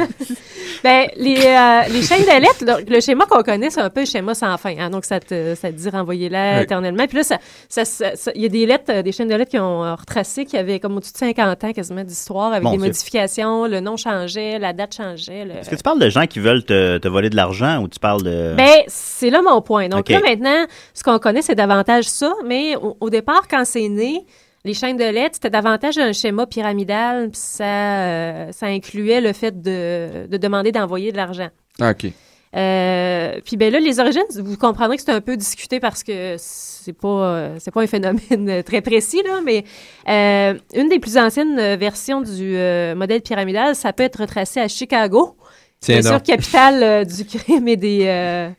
S8: Ben, les, euh, les chaînes de lettres, le, le schéma qu'on connaît, c'est un peu le schéma sans fin. hein. donc, ça te, ça te dit renvoyer-la
S9: Oui.
S8: éternellement. Puis là, ça, ça, ça- ça- il y a des lettres, euh, des chaînes de lettres qui ont euh, retracé, qui avaient comme au-dessus de 50 ans quasiment d'histoire, avec
S4: Mon
S8: des
S4: Dieu.
S8: modifications, le nom changeait, la date changeait. le-
S4: Est-ce que tu parles de gens qui veulent te, te voler de l'argent ou tu parles de.
S8: Ben, c'est là mon point. Donc
S4: OK.
S8: là, maintenant, ce qu'on connaît, c'est davantage ça, mais au, au départ, quand c'est né, les chaînes de lettres, c'était davantage un schéma pyramidal, puis ça, euh, ça incluait le fait de, de demander d'envoyer de l'argent.
S9: Ah, OK.
S8: Euh, puis ben là, les origines, vous comprendrez que c'est un peu discuté parce que c'est pas euh, c'est pas un phénomène euh, très précis là, mais euh, une des plus anciennes euh, versions du euh, modèle pyramidal, ça peut être retracé à Chicago,
S9: Tiens
S8: bien sûr
S9: donc.
S8: capitale euh, du crime et des euh,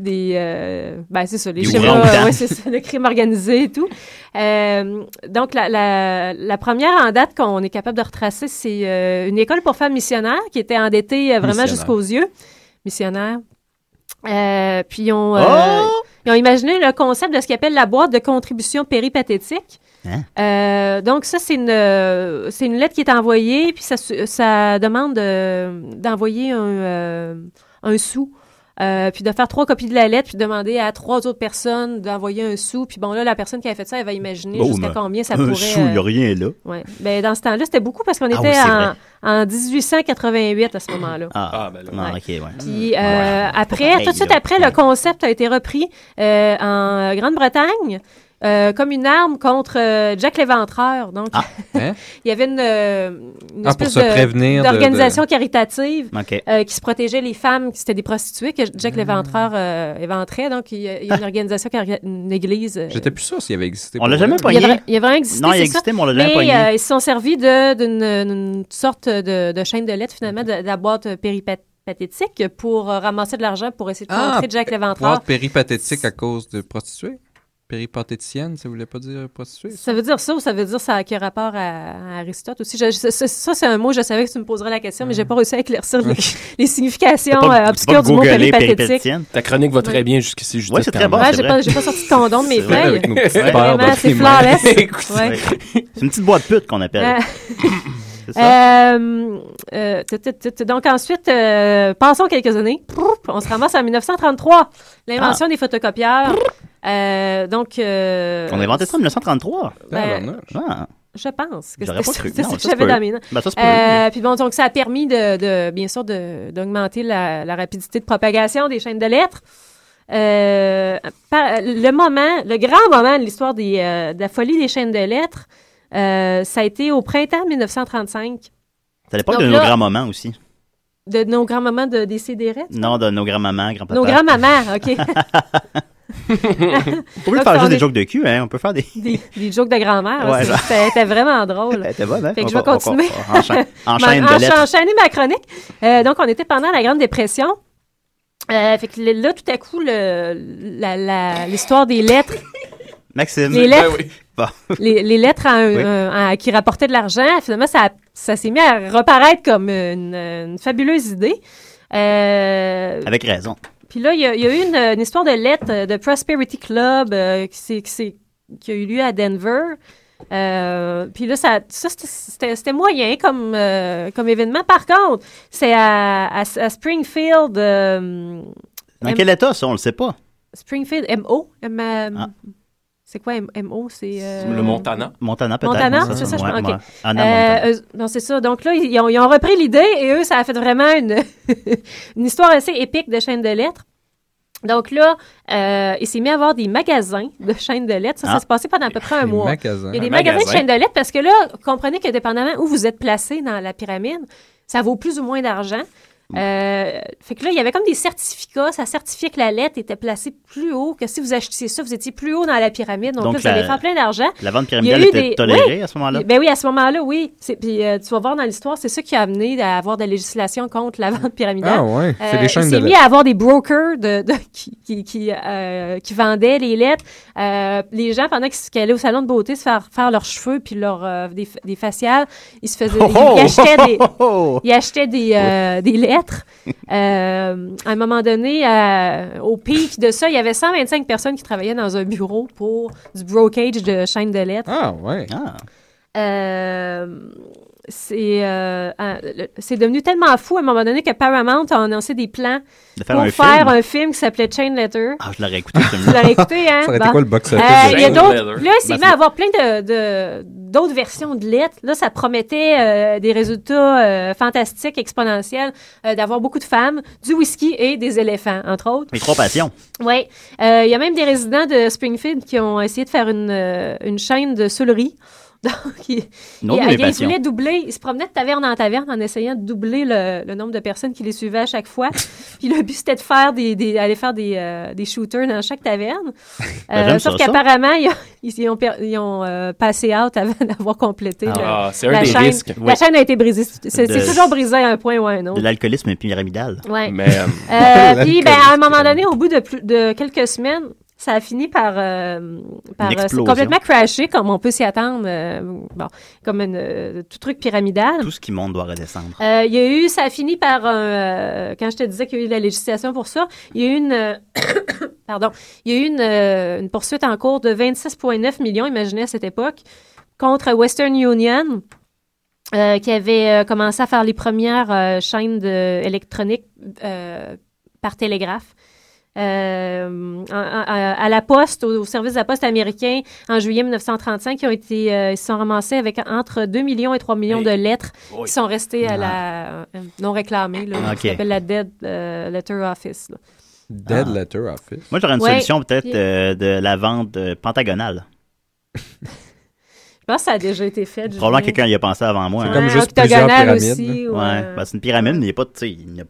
S8: des euh, ben c'est ça les
S9: Des
S8: schémas,
S9: orang-outans.
S8: ouais, c'est ça, le crime organisé et tout. Euh, donc la, la, la première en date qu'on est capable de retracer, c'est euh, une école pour femmes missionnaires qui était endettée euh, vraiment
S13: Missionnaire.
S8: jusqu'aux yeux missionnaires. Euh, puis ils ont, euh,
S13: Oh!
S8: ils ont imaginé le concept de ce qu'ils appellent la boîte de contribution péripatétique.
S4: Hein?
S8: Euh, donc ça, c'est une, euh, c'est une lettre qui est envoyée, puis ça, su- ça demande euh, d'envoyer un, euh, un sou. Euh, puis de faire trois copies de la lettre, puis demander à trois autres personnes d'envoyer un sou. Puis bon, là, la personne qui a fait ça, elle va imaginer
S4: Boum.
S8: jusqu'à combien ça
S4: un
S8: pourrait...
S4: sou, il n'y
S8: euh,
S4: a rien là.
S8: ouais. Ben, dans ce temps-là, c'était beaucoup parce qu'on
S4: Ah oui,
S8: était
S4: c'est
S8: en- en, 1888 à ce moment-là.
S4: Ah,
S7: ben
S4: non, ok, ouais.
S9: Hmm.
S8: Puis euh, après,
S4: pareil,
S8: tout de suite
S4: là.
S8: après, le concept a été repris euh, en Grande-Bretagne euh, comme une arme contre euh, Jack l'Éventreur. Donc,
S9: Hein?
S8: il y avait une, euh, une
S9: Ah, pour
S8: espèce
S9: se prévenir
S8: de-
S9: de-
S8: d'organisation caritative
S4: Ok.
S8: euh, qui se protégeait les femmes qui étaient des prostituées que Jack
S9: Hmm.
S8: l'Éventreur euh, éventrait. Donc, il y a, il y a une organisation, cari- une église. euh,
S9: Ah. J'étais plus sûr s'il avait existé.
S4: On l'a jamais
S8: il y
S4: pogné.
S8: a, vra- il y a vraiment existé.
S4: Non, il a
S8: c'est
S4: existé,
S8: ça.
S4: mais on l'a jamais
S8: Mais,
S4: pogné.
S8: euh, ils se sont servis de- d'une d'une sorte de, de chaîne de lettres, finalement, de, de la boîte péripatétique pour euh, ramasser de l'argent pour essayer de contrer Jack
S9: Boîte
S8: Léventreur.
S9: péripatétique à cause de prostituées. Péripatéticienne, ça voulait pas dire prostituée.
S8: Ça veut dire ça ou ça veut dire ça a que rapport à, à Aristote aussi? Je- je- ça, ça, c'est un mot, je savais que tu me poserais la question, mais j'ai pas réussi à éclaircir les, les significations
S7: T'as pas-
S8: euh,
S7: t'as
S8: obscures
S7: pas
S8: du mot
S7: googlé
S8: péripatétique.
S7: Ta chronique va très bien jusqu'ici, Judith. Hein, ben,
S4: Ouais, c'est très
S7: quand
S4: bon,
S7: même.
S8: Ouais, j'ai pas, j'ai pas sorti de condom de mes
S4: C'est vrai,
S8: feuilles.
S4: avec nos petites
S8: Ouais.
S4: barres
S8: Vraiment,
S4: de
S8: c'est
S4: primaire.
S8: flawless. Ouais.
S4: C'est une petite boîte pute qu'on appelle.
S8: Euh, Euh, euh, tut, tut, tut, tut. donc ensuite, euh, passons quelques années. Prouf, On se ramasse en 1933, l'invention des photocopieurs. Euh, donc, euh,
S4: On a inventé ça en 1933.
S8: Ben,
S4: Ah.
S8: je pense que
S4: J'aurais
S8: c'était
S4: pas
S8: ça,
S4: cru.
S8: c'est
S4: Non,
S8: ça que
S4: ça se
S8: j'avais
S4: peut.
S8: dans mes notes.
S4: Ben, ça se peut,
S8: Euh, Puis bon, donc ça a permis, de, de- bien sûr, de- d'augmenter la, la rapidité de propagation des chaînes de lettres. Euh, par- le moment, le grand moment de l'histoire des, euh, de la folie des chaînes de lettres, euh, ça a été au printemps 1935,
S4: C'est à l'époque
S8: Donc
S4: de nos
S8: là-
S4: grands-mamans aussi.
S8: de nos grands-mamans de décédérés.
S4: Non, de nos grands-mamans, grands-papas.
S8: Nos grands-mamans, OK.
S4: On peut
S8: Donc,
S4: faire
S8: on
S4: juste des
S8: est-
S4: jokes de cul, hein. On peut faire des.
S8: des, des jokes de grand-mère.
S4: Ouais,
S8: hein,
S4: genre.
S8: C'était c'était vraiment drôle.
S4: C'était bon, hein?
S8: Fait que
S4: On
S8: je vais
S4: va- on va-
S8: continuer.
S4: on enchaîne- enchaîne de
S8: M'en-
S4: lettres.
S8: enchaîner ma chronique. Euh, donc, on était pendant la Grande Dépression. Euh, fait que le- là, tout à coup, le- la- la- l'histoire des lettres,
S4: Maxime.
S8: Les lettres.
S4: Bon.
S8: les, les lettres à un-
S4: Oui.
S8: un- à- qui rapportaient de l'argent, finalement, ça, a- ça s'est mis à reparaître comme une, une fabuleuse idée. Euh,
S4: Avec raison.
S8: puis là, il y a, il y a eu une, une histoire de lettres euh, de Prosperity Club euh, qui, s'est- qui s'est- qui a eu lieu à Denver. Euh, puis là, ça, ça, c'était- c'était c'était moyen comme, euh, comme événement. Par contre, c'est à, à- à Springfield. euh,
S4: Dans
S8: M-
S4: quel état, ça, on le sait pas.
S8: Springfield, MO. M- euh,
S4: Ah.
S8: C'est quoi M- MO? C'est. euh,
S7: Le Montana.
S4: Montana, peut-être.
S8: Montana,
S4: ouais,
S8: c'est ça, je
S4: ouais,
S8: pense.
S4: ouais.
S8: OK.
S4: Anna
S8: Euh,
S4: Montana.
S8: eux- non, c'est ça. Donc là, ils ont, ils ont repris l'idée et eux, ça a fait vraiment une, une histoire assez épique de chaîne de lettres. Donc là, euh, il s'est mis à avoir des magasins de chaînes de lettres. Ça,
S9: Ah.
S8: ça se passait pendant à peu près un
S9: Des
S8: mois.
S9: magasins.
S8: Il y a des
S9: Un
S8: magasins
S9: magasin.
S8: de chaînes de lettres parce que là, comprenez que dépendamment où vous êtes placé dans la pyramide, ça vaut plus ou moins d'argent.
S9: Mm.
S8: Euh, fait que là, il y avait comme des certificats. Ça certifiait que la lettre était placée plus haut, que si vous achetiez ça, vous étiez plus haut dans la pyramide. Donc,
S4: Donc,
S8: là, vous allez
S4: la-
S8: faire plein d'argent.
S4: La vente
S8: Il y a
S4: pyramidale
S8: eu
S4: était
S8: des-
S4: tolérée
S8: oui.
S4: à ce moment-là.
S8: Ben oui, à ce moment-là, oui. C'est- Puis euh, tu vas voir dans l'histoire, c'est ça qui a amené à avoir de la législation contre la vente pyramidale.
S9: Ah ouais, c'est
S8: Euh,
S9: les chaînes
S8: il
S9: de
S8: s'est mis
S9: lettres.
S8: à avoir des brokers de, de- qui, qui, qui, euh, qui vendaient les lettres. Euh, les gens, pendant qu'ils qu'ils allaient au salon de beauté se faire, faire leurs cheveux puis leurs, euh, des, des faciales, ils se faisaient...
S4: Oh,
S8: ils,
S4: oh,
S8: achetaient
S4: oh,
S8: des,
S4: oh, oh.
S8: ils achetaient des, euh, des lettres. Euh, à un moment donné, euh, au pic de ça, il y avait 125 personnes qui travaillaient dans un bureau pour du brokage de chaînes de lettres.
S9: Ah, ouais.
S8: Hein? Euh, c'est euh, un- le- c'est devenu tellement fou à un moment donné que Paramount a annoncé des plans
S4: De faire
S8: pour
S4: un
S8: faire
S4: film.
S8: un film qui s'appelait Chain Letter.
S4: Ah, je l'aurais écouté,
S8: Tu l'aurais écouté, hein?
S4: Ça aurait été
S8: Bon.
S4: quoi le box office
S8: Euh,
S4: de
S8: il y a
S4: Chain
S8: d'autres.
S4: Letter?
S8: Là, il s'est mis à avoir plein de- de- d'autres versions de lettres. Là, ça promettait euh, des résultats euh, fantastiques, exponentiels, euh, d'avoir beaucoup de femmes, du whisky et des éléphants, entre autres.
S4: Mes trois passions.
S8: Oui. Euh, Il y a même des résidents de Springfield qui ont essayé de faire une, euh, une chaîne de seulerie. Donc, ils,
S4: Une autre
S8: ils-
S4: de mes
S8: ils
S4: passions.
S8: voulaient doubler, ils se promenaient de taverne en taverne en essayant de doubler le, le nombre de personnes qui les suivaient à chaque fois. Puis le but, c'était de faire des, des- aller faire des, euh, des shooters dans chaque taverne. Euh,
S7: Ben,
S4: Ah,
S7: j'aime
S8: sauf
S7: ça, ça.
S8: qu'apparemment, ils, ont- ils ont, per- ils ont, euh, passé out avant d'avoir complété
S4: Ah.
S8: le-
S4: Ah, c'est un
S8: la
S4: des
S8: chaîne.
S4: risques.
S8: La
S4: Oui.
S8: chaîne a été brisée. C'est
S4: De-
S8: c'est toujours brisé à un point ou à un autre.
S4: De l'alcoolisme pyramidal.
S8: Ouais.
S4: Mais, euh,
S8: Euh, puis, ben, à un moment donné, au bout de, plus, de quelques semaines, ça a fini par, euh, par
S4: Une
S8: euh, c'est
S4: explosion.
S8: complètement crashé, comme on peut s'y attendre, euh, bon, comme une, euh, tout truc pyramidal.
S4: Tout ce qui monte doit redescendre.
S8: Euh, il y a eu, ça a fini par, un, euh, quand je te disais qu'il y a eu de la législation pour ça, il y a eu une, euh, pardon, il y a eu une, euh, une poursuite en cours de 26,9 millions, imaginez à cette époque, contre Western Union, euh, qui avait euh, commencé à faire les premières euh, chaînes de- électroniques euh, par télégraphe. Euh, en- en- à, à la poste, au, au service de la poste américain en juillet 1935, qui ont été, euh, ils se sont ramassés avec entre 2 millions et 3 millions de lettres qui sont restées à la, euh, non réclamées, là,
S4: Ok.
S8: qui s'appelle la Dead euh, Letter Office. là.
S9: Dead
S4: Ah.
S9: Letter Office.
S4: Moi, j'aurais une
S8: Ouais,
S4: solution peut-être
S8: puis-
S4: euh, de la vente euh, pentagonale.
S8: Je pense que ça a déjà été fait.
S4: Probablement
S8: Julien.
S4: quelqu'un y a pensé avant moi.
S8: C'est
S4: hein.
S8: comme Ouais, juste plusieurs octogonale pyramides, aussi, là.
S4: Ouais,
S8: ou, euh,
S4: ben, c'est une pyramide, mais il n'y a pas de. tu sais, il n'y a-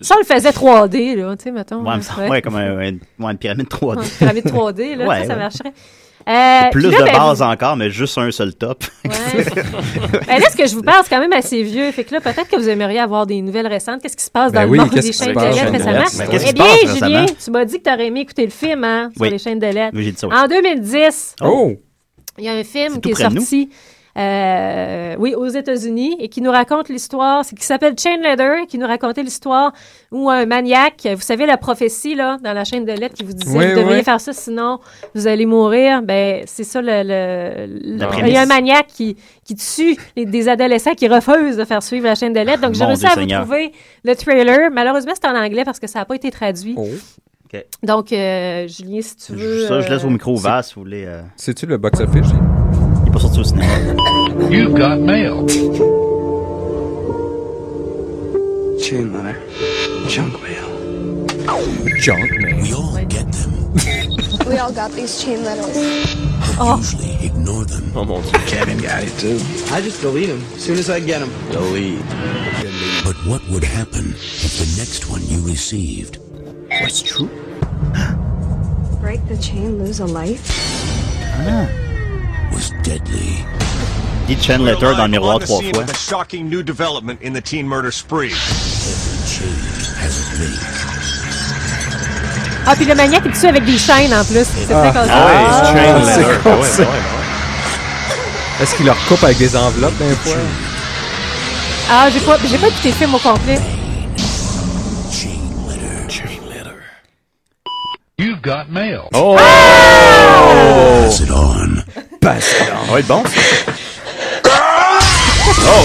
S8: Ça, on le faisait 3D, là, tu sais, mettons.
S4: Ouais,
S8: hein,
S4: me semble-
S8: ouais.
S4: ouais, comme un- un- ouais, une pyramide 3D.
S8: Une pyramide 3D, là,
S4: Ouais,
S8: ça, ça
S4: ouais.
S8: marcherait. Euh,
S4: Plus
S8: puis là,
S4: de
S8: ben,
S4: base hein, encore, mais juste un seul top.
S8: Ben là, ce que je vous parle, c'est quand même assez vieux. Fait que là, peut-être que vous aimeriez avoir des nouvelles récentes. Qu'est-ce qui se passe
S4: Ben
S8: dans
S4: oui,
S8: le monde
S4: qu'est-ce
S8: des
S4: qui se
S8: chaînes de
S4: passe
S8: lettres
S4: dans le
S8: récemment?
S4: monde des chaînes de lettres?
S8: eh
S4: Ben,
S8: bien,
S4: qu'est-ce qui se passe
S8: Julien,
S4: récemment?
S8: tu m'as dit que tu aurais aimé écouter le film, hein, sur
S4: Oui.
S8: les chaînes de lettres.
S4: Oui, j'ai dit ça, oui.
S8: En 2010,
S4: Oh.
S8: il y a un film
S4: C'est
S8: qui
S4: tout
S8: est
S4: près de nous.
S8: sorti euh, oui, aux États-Unis, et qui nous raconte l'histoire, c'est- qui s'appelle Chain Letter, qui nous racontait l'histoire où un maniaque, vous savez, la prophétie, là, dans la chaîne de lettres, qui vous disait,
S13: Oui,
S8: vous devriez
S13: oui.
S8: faire ça, sinon vous allez mourir. Ben, c'est ça le... le-
S13: La
S8: le- il y a un
S13: prémisse.
S8: maniaque qui, qui tue les- des adolescents qui refusent de faire suivre la chaîne de lettres. Donc, j'ai
S13: Mon
S8: réussi
S13: Dieu
S8: à vous
S13: Seigneur.
S8: trouver le trailer. Malheureusement, c'est en anglais parce que ça n'a pas été
S13: Oh.
S8: traduit.
S9: Oh.
S8: Donc, euh, Julien, si tu veux...
S4: Ça, je laisse au
S8: euh,
S4: micro ouvert si vous voulez. euh,
S9: C'est-tu le box-office?
S4: Il est pas sorti au cinéma.
S14: You've got mail.
S11: Chain letter. Junk mail.
S9: Junk mail.
S11: We all get them.
S15: We all got these chain letters.
S11: Usually ignore them.
S7: Oh mon dieu.
S11: Kevin got it too. I just delete them as soon as I get them. Delete. But what would happen if the next one you received was true?
S15: Break the chain, lose a life.
S11: Was deadly.
S4: Dit Chen Letter dans le miroir trois fois.
S16: A shocking new development in the teen murder spree.
S8: Ah, puis le maniaque est dessus avec des chaînes en plus. C'est ça qu'on
S9: Ah,
S8: dit.
S9: chain
S8: Ah.
S9: letter. Ah ouais, ouais, Est-ce qu'il leur coupe avec des enveloppes d'un fois?
S8: Ah, j'ai pas, j'ai pas écouté le film au complet.
S14: You've got mail.
S7: Oh!
S11: Pass it on.
S9: Pass it on.
S7: Ça va être Ah bon, ça. oh!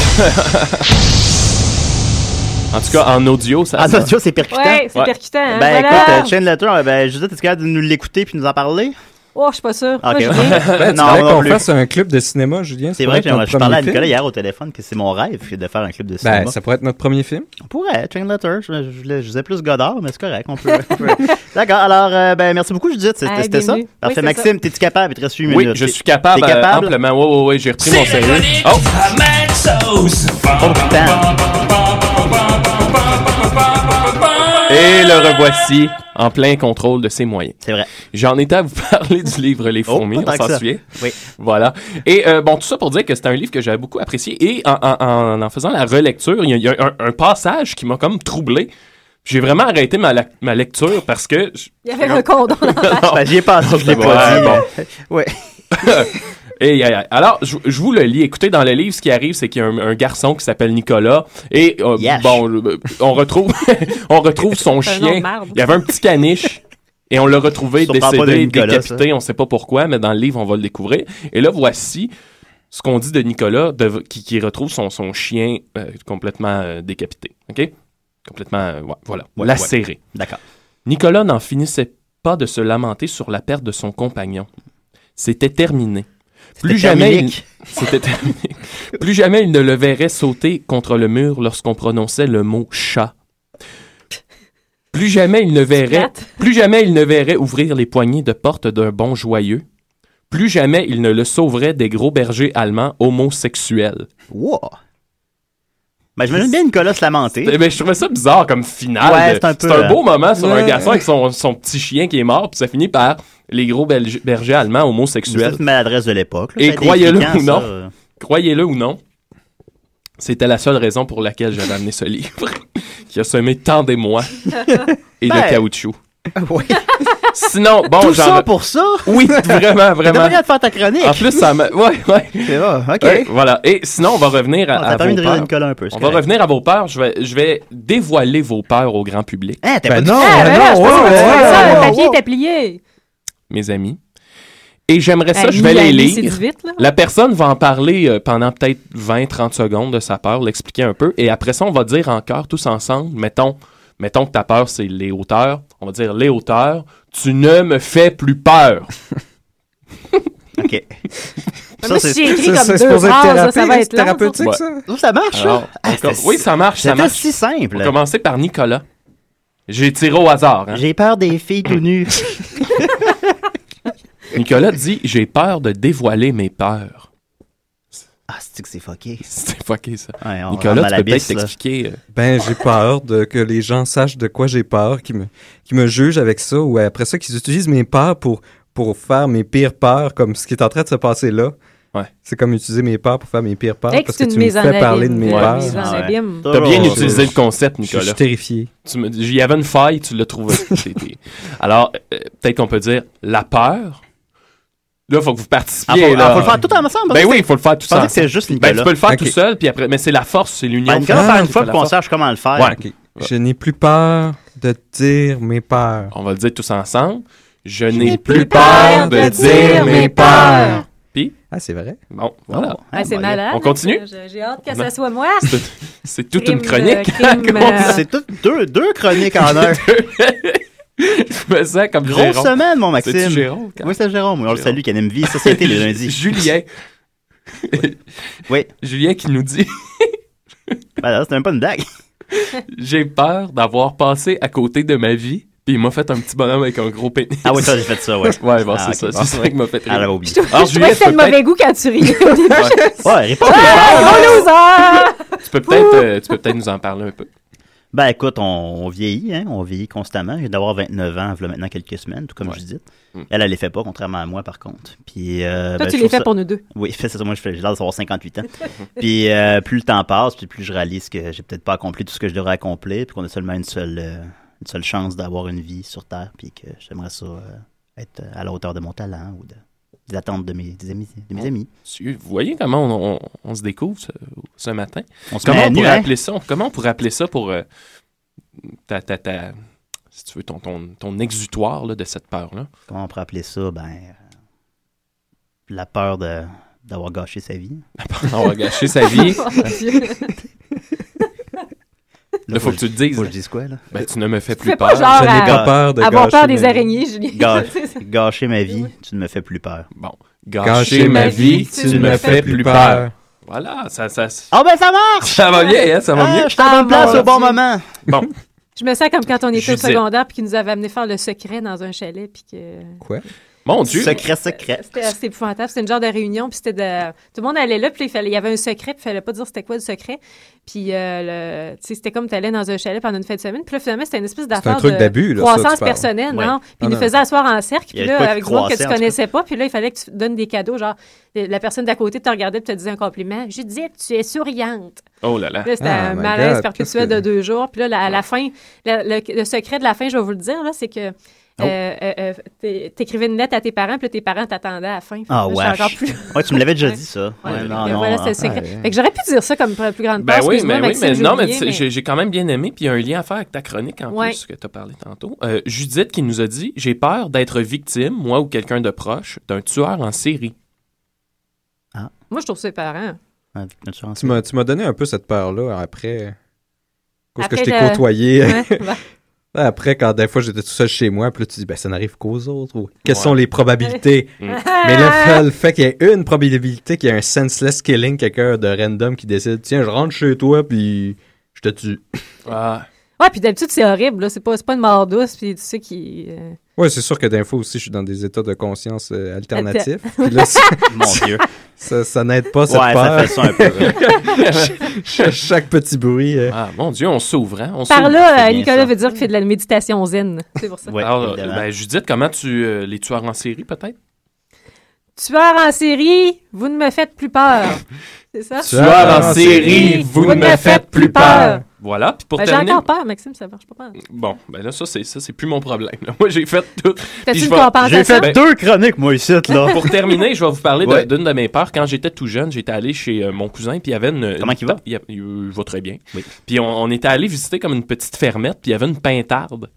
S7: en tout cas, en audio, ça.
S4: Ah,
S7: ça.
S4: ça, tu vois, c'est percutant.
S8: Ouais, c'est percutant, hein,
S4: Ben
S8: voilà.
S4: écoute, euh, Chain Letter, euh, ben, Judith, est-ce capable de nous l'écouter puis nous en parler?
S8: Oh, je suis pas sûre. Moi,
S4: Ok.
S8: je viens.
S9: Ben,
S4: Euh, Non,
S9: non,
S4: non
S9: qu'on
S4: plus.
S9: fasse un club de cinéma, Julien. ça
S4: C'est
S9: pourrait
S4: vrai, euh,
S9: être notre
S4: je parlais à
S9: premier
S4: Nicolas
S9: film.
S4: hier au téléphone que c'est mon rêve que de faire un club de cinéma.
S9: Ben, ça pourrait être notre premier film.
S4: On pourrait, Train Letter. Je, je, voulais- je disais plus Godard, mais c'est correct. On peut. on peut. D'accord. Alors, euh, ben, merci beaucoup, Judith. C'était
S7: Ah,
S4: c'était ça?
S7: bienvenue. Oui,
S4: Parfait.
S7: c'est
S4: Maxime, t'es-tu capable? Il te reste huit
S7: Oui,
S4: minutes.
S7: je
S4: T'es-
S7: suis capable,
S4: T'es
S7: euh,
S4: capable?
S7: amplement. Ouais, ouais, ouais, j'ai repris mon sérieux.
S5: Oh! Ahmed Sauce!
S7: Oh, putain. Et le revoici en plein contrôle de ses moyens.
S4: C'est vrai.
S7: J'en étais à vous parler du livre Les fourmis,
S4: Oh, pas tant que
S7: on s'en
S4: ça.
S7: souvient. Voilà. Et euh, bon, tout ça pour dire que c'est un livre que j'avais beaucoup apprécié. Et en, en- en- en faisant la relecture, il y a, il y a un, un passage qui m'a comme troublé. J'ai vraiment arrêté ma, la- ma lecture parce que... je-
S8: Il y avait un condom dans la face.
S4: Ben, j'y ai pensé, je l'ai
S7: Ouais,
S4: pas dit.
S7: bon.
S4: Ouais.
S7: Et, euh, alors, je, je vous le lis. Écoutez, dans le livre, ce qui arrive, c'est qu'il y a un, un garçon qui s'appelle Nicolas. Et euh, bon, euh, on retrouve, on retrouve son
S5: C'est un nom de
S7: chien.
S5: merde.
S7: Il y avait un petit caniche. Et on l'a retrouvé
S5: Ça parle pas de
S7: décédé,
S5: Nicolas,
S7: décapité, on sait pas pourquoi, mais dans le livre, on va le découvrir. Et là, voici ce qu'on dit de Nicolas de- qui, qui retrouve son, son chien euh, complètement euh, décapité. OK? Complètement, euh, ouais, voilà,
S4: Ouais,
S7: lacéré.
S4: ouais. D'accord.
S7: Nicolas n'en finissait pas de se lamenter sur la perte de son compagnon. C'était terminé. Plus jamais, il...
S5: terminique.
S7: C'était terminé. Plus jamais il ne le verrait sauter contre le mur lorsqu'on prononçait le mot chat. Plus jamais il ne verrait, plus jamais il ne verrait ouvrir les poignées de porte d'un bon joyeux. Plus jamais il ne le sauverait des gros bergers allemands homosexuels.
S4: Wow! Ben, j'imagine bien Nicolas se lamenter.
S7: Eh ben, je trouvais ça bizarre comme finale.
S4: Ouais,
S7: de-
S4: c'est un peu, euh,
S7: beau moment sur
S4: ouais.
S7: un garçon avec son, son petit chien qui est mort, puis ça finit par les gros belge- bergers allemands homosexuels.
S4: C'est une maladresse de l'époque. là. Ça
S7: Et
S4: a été
S7: croyez-le
S4: expliquant,
S7: ou non,
S4: ça, euh.
S7: croyez-le ou non, c'était la seule raison pour laquelle j'avais amené ce livre, qui a semé tant d'émoi et
S4: Ben.
S7: de caoutchouc. Sinon, bon,
S4: Tout
S7: j'en
S4: ça
S7: re-
S4: pour ça?
S7: Oui, vraiment,
S4: T'as pas
S7: vraiment.
S4: rien de faire ta chronique.
S7: En plus, ça m'a. Ouais, ouais.
S4: C'est bon, ok.
S7: Ouais, voilà. Et sinon, on va revenir à,
S4: Ah,
S7: à
S4: t'as permis de
S7: vos
S4: rire à
S7: peurs.
S4: Nicolas un peu, c'est
S7: On va
S4: correct.
S7: revenir à vos peurs. Je vais, je vais dévoiler vos peurs au grand public.
S4: Hein, t'as
S8: Ben non, ben non, ouais, ouais, ça, le papier était plié.
S7: mes amis. Et j'aimerais ça,
S4: Euh,
S8: Hey,
S7: je vais les
S8: Miami, c'est
S7: lire.
S8: du vite, là.
S7: La personne va en parler euh, pendant peut-être 20-30 secondes de sa peur, l'expliquer un peu. Et après ça, on va dire encore tous ensemble, mettons, mettons que ta peur, c'est les hauteurs. On va dire les hauteurs, tu ne me fais plus peur.
S4: OK.
S8: Ça, moi, si j'ai écrit comme deux phrases, là, ça va être long, ça.
S4: Oh, ça marche,
S7: Alors,
S4: ça?
S7: on
S4: Ah,
S7: com-
S4: c'est-
S7: oui, ça marche, ça
S4: c'était
S7: marche.
S4: si simple.
S7: On va commencer par Nicolas. J'ai tiré au hasard. hein.
S4: J'ai peur des filles tout nues.
S7: Nicolas dit J'ai peur de dévoiler mes peurs.
S4: Ah, c'est que c'est fucké.
S7: C'est fucké, ça.
S4: Ah, on
S7: Nicolas,
S4: rentre
S7: tu
S4: dans
S7: peux
S4: l'abysse,
S7: peut-être
S4: là.
S7: t'expliquer. euh,
S9: Ben, j'ai peur de que les gens sachent de quoi j'ai peur, qu'ils me, qu'ils me jugent avec ça, ou après ça, qu'ils utilisent mes peurs pour, pour faire mes pires peurs, comme ce qui est en train de se passer là. C'est comme utiliser mes peurs pour faire mes pires peurs,
S8: Hey,
S9: parce
S8: c'est
S9: que
S8: une
S9: tu me
S8: mise en
S9: fais parler de
S8: abîme,
S9: mes
S8: une
S9: peurs.
S8: mise en
S9: Ouais.
S8: abîme.
S7: T'as bien
S9: Je-
S7: utilisé
S9: je-
S7: le concept,
S9: je-
S7: Nicolas.
S9: Oh, Je suis terrifié.
S7: Tu me- Il y avait une faille, tu l'as trouvé. T'es- t'es- Alors, euh, peut-être qu'on peut dire la peur. Là, faut que vous
S4: Ah,
S7: participiez.
S4: faut-
S7: là.
S4: ah, faut le faire tout ensemble,
S7: Ben
S4: hein,
S7: oui,
S4: c'est-
S7: il faut le faire tout
S4: Je pensais
S7: ensemble.
S4: que c'est juste
S7: Ben,
S4: Nicolas.
S7: tu peux le faire
S4: Ok.
S7: tout seul, puis après, mais c'est la force, c'est l'union.
S4: Ben, on commence
S7: Ah,
S4: par une
S7: qui
S4: fois,
S7: fait la
S4: puis on
S7: force.
S4: sache comment le faire.
S7: Ouais.
S9: Je n'ai plus peur de dire mes peurs.
S7: On va le dire tous ensemble. Je n'ai
S9: plus
S7: plus peur de dire mes peurs. Puis?
S9: Ah, c'est vrai.
S7: Bon, voilà.
S4: Oh.
S8: Ah, c'est malade.
S7: On continue?
S8: J'ai j'ai hâte que
S7: Non.
S8: ça soit moi.
S7: C'est- C'est toute
S8: Crime
S7: une
S8: de-
S7: chronique.
S8: crime,
S7: Comment on dit?
S8: euh,
S4: C'est toutes deux, deux chroniques en un.
S7: Je me sens comme
S4: Grosse
S7: Jérôme.
S4: semaine, mon Maxime.
S7: C'est-tu Jérôme?
S4: Oui, c'est Jérôme. Oui, on le salue, qui anime Vie et Société les lundis.
S7: Julien.
S4: Oui.
S7: Julien qui nous dit.
S4: Ben là, c'est même pas une blague.
S7: J'ai peur d'avoir passé à côté de ma vie, puis il m'a fait un petit bonhomme avec un gros pénis.
S4: Ah oui, ça, j'ai fait ça, ouais.
S7: ouais, bon,
S4: Ah,
S7: c'est
S4: ok,
S7: ça.
S4: bon.
S7: C'est ça qui m'a fait rire.
S4: Ah, j'avais oublié.
S8: Je trouvais je trouvais que c'était de mauvais goût quand tu riais au début.
S7: Ouais.
S8: Je-
S4: Ouais, réponds
S8: Ah,
S4: pas.
S8: gros loser!
S7: Tu peux peut-être euh, tu peux peut-être nous en parler un peu.
S4: Ben écoute, on, on vieillit, hein, on vieillit constamment. J'ai d'avoir 29 ans, voilà maintenant quelques semaines, tout comme je dis.
S7: Mm.
S4: Elle, elle les fait pas, contrairement à moi, par contre. Puis, euh,
S8: Toi,
S4: ben,
S8: tu
S4: je
S8: les
S4: trouve
S8: fais
S4: ça-
S8: pour nous deux.
S4: Oui, c'est ça. Moi, je fais- j'ai l'air d'avoir 58 ans. puis euh, plus le temps passe, puis plus je réalise que j'ai peut-être pas accompli tout ce que je devrais accomplir, puis qu'on a seulement une seule, euh, une seule chance d'avoir une vie sur Terre, puis que j'aimerais ça euh, être à la hauteur de mon talent ou de- des attentes de mes, des amis, de mes amis.
S7: Tu- Vous voyez comment on, on- on se découvre ce, ce matin?
S4: On se
S7: comment,
S4: met à
S7: on
S4: nu,
S7: pourrait
S4: hein?
S7: appeler ça, comment on pourrait appeler ça pour euh, ta, ta, ta- euh, si tu veux, ton, ton, ton exutoire là, de cette peur-là?
S4: Comment on pourrait appeler ça? Ben, euh, la peur de- d'avoir gâché sa vie.
S7: La peur d'avoir gâché sa vie. Là, faut que tu te dises.
S4: Faut que je dise quoi, là?
S7: Ben, tu ne me fais
S8: Tu
S7: plus
S8: fais
S7: peur.
S8: pas genre à- avoir peur des araignées, Julien.
S4: Gâ-
S8: C'est ça.
S4: Gâcher ma vie, tu ne me fais plus peur.
S7: Bon. Gâcher ma vie, tu ne me fais plus peur. Voilà, ça, ça,
S4: Ah ben ça marche!
S7: ça va bien, hein, ça va
S4: Ah,
S7: bien.
S4: Je suis en bonne place au bon moment.
S7: Bon,
S8: Je me sens comme quand on était au
S7: Judith.
S8: secondaire puis qu'ils nous avaient amené faire le secret dans un chalet puis que
S7: quoi? Mon Dieu.
S4: Secret, secret.
S8: c'était assez épouvantable. C'était une genre de réunion puis c'était de... tout le monde allait là puis il, fallait... il y avait un secret puis il fallait pas dire c'était quoi le secret. Puis euh, le... tu sais, c'était comme t'allais dans un chalet pendant une fin de semaine puis là finalement c'était une espèce d'affaire
S9: truc
S8: de
S9: d'abus, là, ça, tu
S8: croissance
S9: parles.
S8: personnelle,
S9: Ouais.
S8: non? Puis
S9: Non,
S8: ils nous
S9: non.
S8: faisaient asseoir en cercle
S9: Il y
S8: puis
S9: avait
S8: là avec
S9: de quoi qui
S8: du monde que
S9: croissait,
S8: tu
S9: en tout
S8: connaissais pas puis là il fallait que tu donnes des cadeaux genre la personne d'à côté te regardait puis te disait un compliment. Je disais tu es souriante.
S7: Oh là là.
S8: Là, c'était
S7: Ah,
S8: un
S7: my
S8: malaise
S7: God,
S8: perpétuel
S7: qu'est-ce que-
S8: de deux jours. Puis là, la- à la fin, la- le, le secret de la fin, je vais vous le dire, là, c'est que
S4: Oh.
S8: euh, euh, euh, t'é- t'écrivais une lettre à tes parents, puis là, tes parents t'attendaient à la fin. Fait que
S4: Ah
S8: là,
S4: ouais.
S8: j'étais encore plus-
S4: Ouais, tu me l'avais déjà dit ça.
S8: Ouais,
S4: Ouais,
S8: fait
S4: non,
S8: que
S4: non.
S8: voilà, c'est le
S4: ah,
S8: secret.
S4: ouais.
S8: Fait que j'aurais pu dire ça comme pour la plus grande
S7: Ben
S8: part,
S7: oui,
S8: excuse-moi,
S7: mais oui,
S8: Maxime,
S7: mais
S8: j'ai
S7: non, mais,
S8: oublié,
S7: tu sais, j'ai j'ai quand même bien aimé, puis il y a un lien à faire avec ta chronique en
S8: Ouais.
S7: plus que tu as parlé tantôt. Euh, Judith qui nous a dit J'ai peur d'être victime, moi ou quelqu'un de proche, d'un tueur en série.
S8: Moi, je trouve ça parents.
S9: Tu m'as, tu m'as donné un peu cette peur-là après. Parce que je t'ai
S8: Après, je-
S9: côtoyé.
S8: Ouais, ouais.
S9: Après, quand des fois j'étais tout seul chez moi, puis là tu dis, ben ça n'arrive qu'aux autres. ou Quelles
S7: Ouais.
S9: sont les probabilités?
S7: Mm.
S9: Mais là, le fait- le fait qu'il y ait une probabilité qu'il y ait un senseless killing, quelqu'un de random qui décide, tiens, je rentre chez toi, puis je te tue.
S7: Ah.
S8: Ouais, puis d'habitude, c'est horrible. là. C'est pas, c'est pas une mort douce, puis tu sais qui. euh,
S9: Ouais, c'est sûr que d'infos aussi, je suis dans des états de conscience euh, alternatifs.
S8: Alter-
S9: Puis là, ça-
S4: Mon Dieu.
S9: Ça, ça n'aide pas cette
S4: Ouais, ça
S9: peur.
S4: fait ça un peu.
S9: Ch- ch- chaque petit bruit. euh.
S7: Ah, mon Dieu, on s'ouvre, hein? On
S8: Par
S7: s'ouvre.
S8: là, euh, Nicolas veut dire qu'il fait de la méditation zen. C'est pour ça.
S7: Alors, ben, Judith, comment tu. euh, les tueurs en série, peut-être
S8: Tueur en série, vous ne me faites plus peur. C'est ça?
S9: Ah,
S7: Tueur en série, vous ne me faites plus peur. Voilà, puis pour
S8: Ben,
S7: terminer-
S8: J'ai encore peur, Maxime, ça marche pas. mal.
S7: Bon, ben là, ça, c'est ça, c'est plus mon problème. là. Moi, j'ai fait tout. Puis
S8: une
S7: je vais-
S8: compensation?
S4: J'ai fait
S7: Ben,
S4: deux chroniques, moi, ici, là.
S7: Pour terminer, je vais vous parler de-
S4: Ouais.
S7: d'une de mes peurs. Quand j'étais tout jeune, j'étais allé chez euh, mon cousin, puis il y avait une.
S4: Comment
S7: une
S4: qu'il va?
S7: ta- Il, il- il va très bien. Puis on, on était allé visiter comme une petite fermette, puis il y avait une pintarde.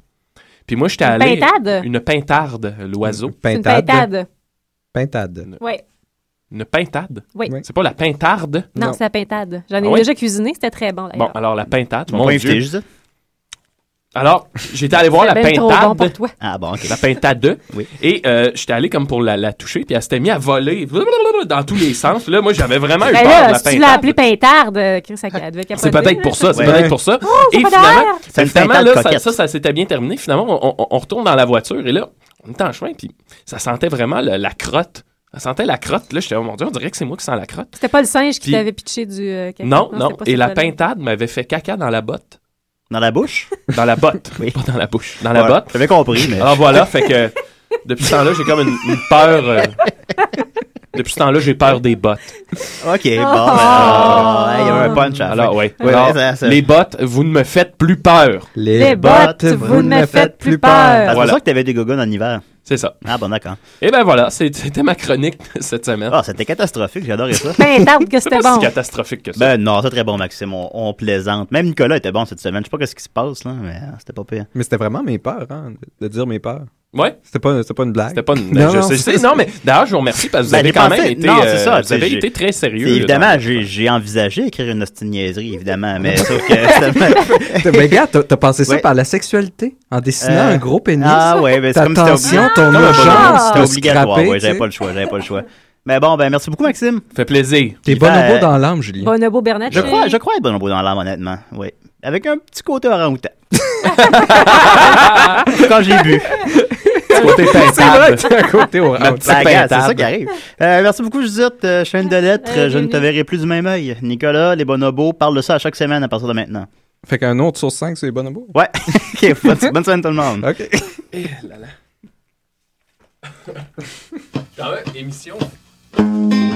S7: Puis moi, j'étais
S8: Une
S7: allé.
S8: pintarde?
S7: Une pintarde, l'oiseau.
S8: C'est une pintade.
S9: Pintade.
S8: Oui.
S4: Mm-hmm.
S7: Une pintade?
S8: Oui. Oui.
S7: C'est pas la pintarde?
S8: Non, c'est la pintade. J'en ai
S7: Ah ouais?
S8: déjà cuisiné, c'était très bon.
S7: Bon,
S8: d'ailleurs.
S7: alors la pintade,
S4: Tu m'as
S7: mon
S4: pas
S7: Dieu.
S4: invité, Judith?
S7: Alors, j'étais allé voir la
S8: C'est ben trop
S7: pintade.
S8: bon pour toi.
S4: Ah bon, ok.
S7: La pintade. Et euh, j'étais allé comme pour la, la toucher, puis elle s'était mise à voler blablabla, dans tous les sens. Là, moi, j'avais vraiment eu
S8: Ben
S7: peur de
S8: là,
S7: la
S8: si tu l'as
S7: pintade.
S8: appelé pintarde, euh, Chris, ça elle devait
S7: C'est
S8: capoter.
S7: peut-être pour ça, c'est
S4: Ouais.
S7: peut-être pour ça.
S8: Oh, ça
S7: et
S8: va
S7: finalement,
S8: d'air.
S4: C'est une
S7: finalement,
S4: pintade
S7: là, ça,
S4: coquette.
S7: ça, ça s'était bien terminé. Finalement, on, on- on retourne dans la voiture et là, on est en chemin, puis ça sentait vraiment le- la crotte. Ça sentait la crotte. Là, j'étais, oh mon Dieu, on dirait que c'est moi qui sens la crotte.
S8: C'était pas le singe qui
S7: Puis-
S8: t'avait pitché du. euh, caca.
S7: Non, non.
S8: c'était pas
S7: Et
S8: ça,
S7: la
S8: voilà.
S7: pintade m'avait fait caca dans la botte.
S4: Dans la bouche?
S7: Dans la botte. Pas dans la bouche. Dans la
S4: Ouais,
S7: botte. Ah.
S4: J'avais compris, mais.
S7: Alors voilà, fait que depuis ce temps-là, j'ai comme une, une peur. euh, Depuis ce temps-là, j'ai peur des bottes.
S4: OK, bon. ben, euh, il y a un punch à la
S7: Ah. Alors,
S4: fin.
S7: ouais.
S4: Ouais,
S7: Alors,
S4: ça- ça-
S7: Les bottes, vous ne me faites plus peur.
S4: Les Eh, bottes, vous ne me faites plus peur. Ah, c'est pour
S7: Voilà.
S4: ça que t'avais des gogoons en hiver.
S7: C'est ça.
S4: Ah, bon, d'accord.
S7: Et ben voilà, c'est- c'était ma chronique de cette semaine.
S4: Ah, c'était catastrophique, j'adorais ça.
S8: Ben, tarte que c'était
S7: C'est pas si
S8: bon.
S7: catastrophique que ça.
S4: Ben non, c'est très bon, Maxime. On, on plaisante. Même Nicolas était bon cette semaine. Je sais pas ce qui se passe, là, mais euh, c'était pas pire.
S9: Mais c'était vraiment mes peurs, hein, de dire mes peurs.
S7: Ouais.
S9: C'était pas, c'était pas une blague. C'était
S7: pas une. Ben, je sais- je sais, non, mais d'ailleurs, je vous remercie parce que vous
S4: Ben,
S7: avez
S4: j'ai
S7: quand
S4: pensé-
S7: même été,
S4: non,
S7: euh,
S4: c'est ça,
S7: vous avez
S4: j'ai-
S7: été très sérieux.
S4: c'est
S7: là,
S4: Évidemment, j'ai j'ai envisagé écrire une hostie de niaiserie, évidemment, mais sauf que. ça m'a-
S9: Mais gars, t'as t'as pensé ça
S4: Ouais.
S9: par la sexualité? En dessinant
S4: Euh,
S9: un gros pénis?
S4: Ah ouais, mais c'est
S9: Ta
S4: comme si c'était
S9: tension, ton
S4: Comme un
S9: urgence,
S4: bonhomme,
S9: t'as
S4: C'était obligatoire,
S9: scrappé,
S4: ouais,
S9: tu
S4: j'avais
S9: sais.
S4: pas le choix, j'avais pas le choix. Mais bon, ben merci beaucoup, Maxime.
S7: Fait plaisir.
S9: T'es
S4: Ben,
S9: bonobo dans l'âme, Julien.
S8: Bonobo Bernatchez.
S4: Je crois, je crois être bonobo dans l'âme, honnêtement, oui. Avec un petit côté orang-outan. Quand j'ai bu.
S7: Côté
S4: C'est vrai que
S7: c'est un côté
S9: orange.
S4: Ben, gars, c'est ça qui arrive. Euh, merci beaucoup, Judith. Euh, chaîne de lettres, euh, je ne te verrai plus du même œil. Nicolas, les bonobos, parle de ça à chaque semaine à partir de maintenant.
S9: Fait qu'un autre sur cinq, c'est les bonobos?
S4: Ouais. OK, bonne, bonne semaine tout le monde.
S9: OK.
S7: Quand même, émission.
S5: Bye.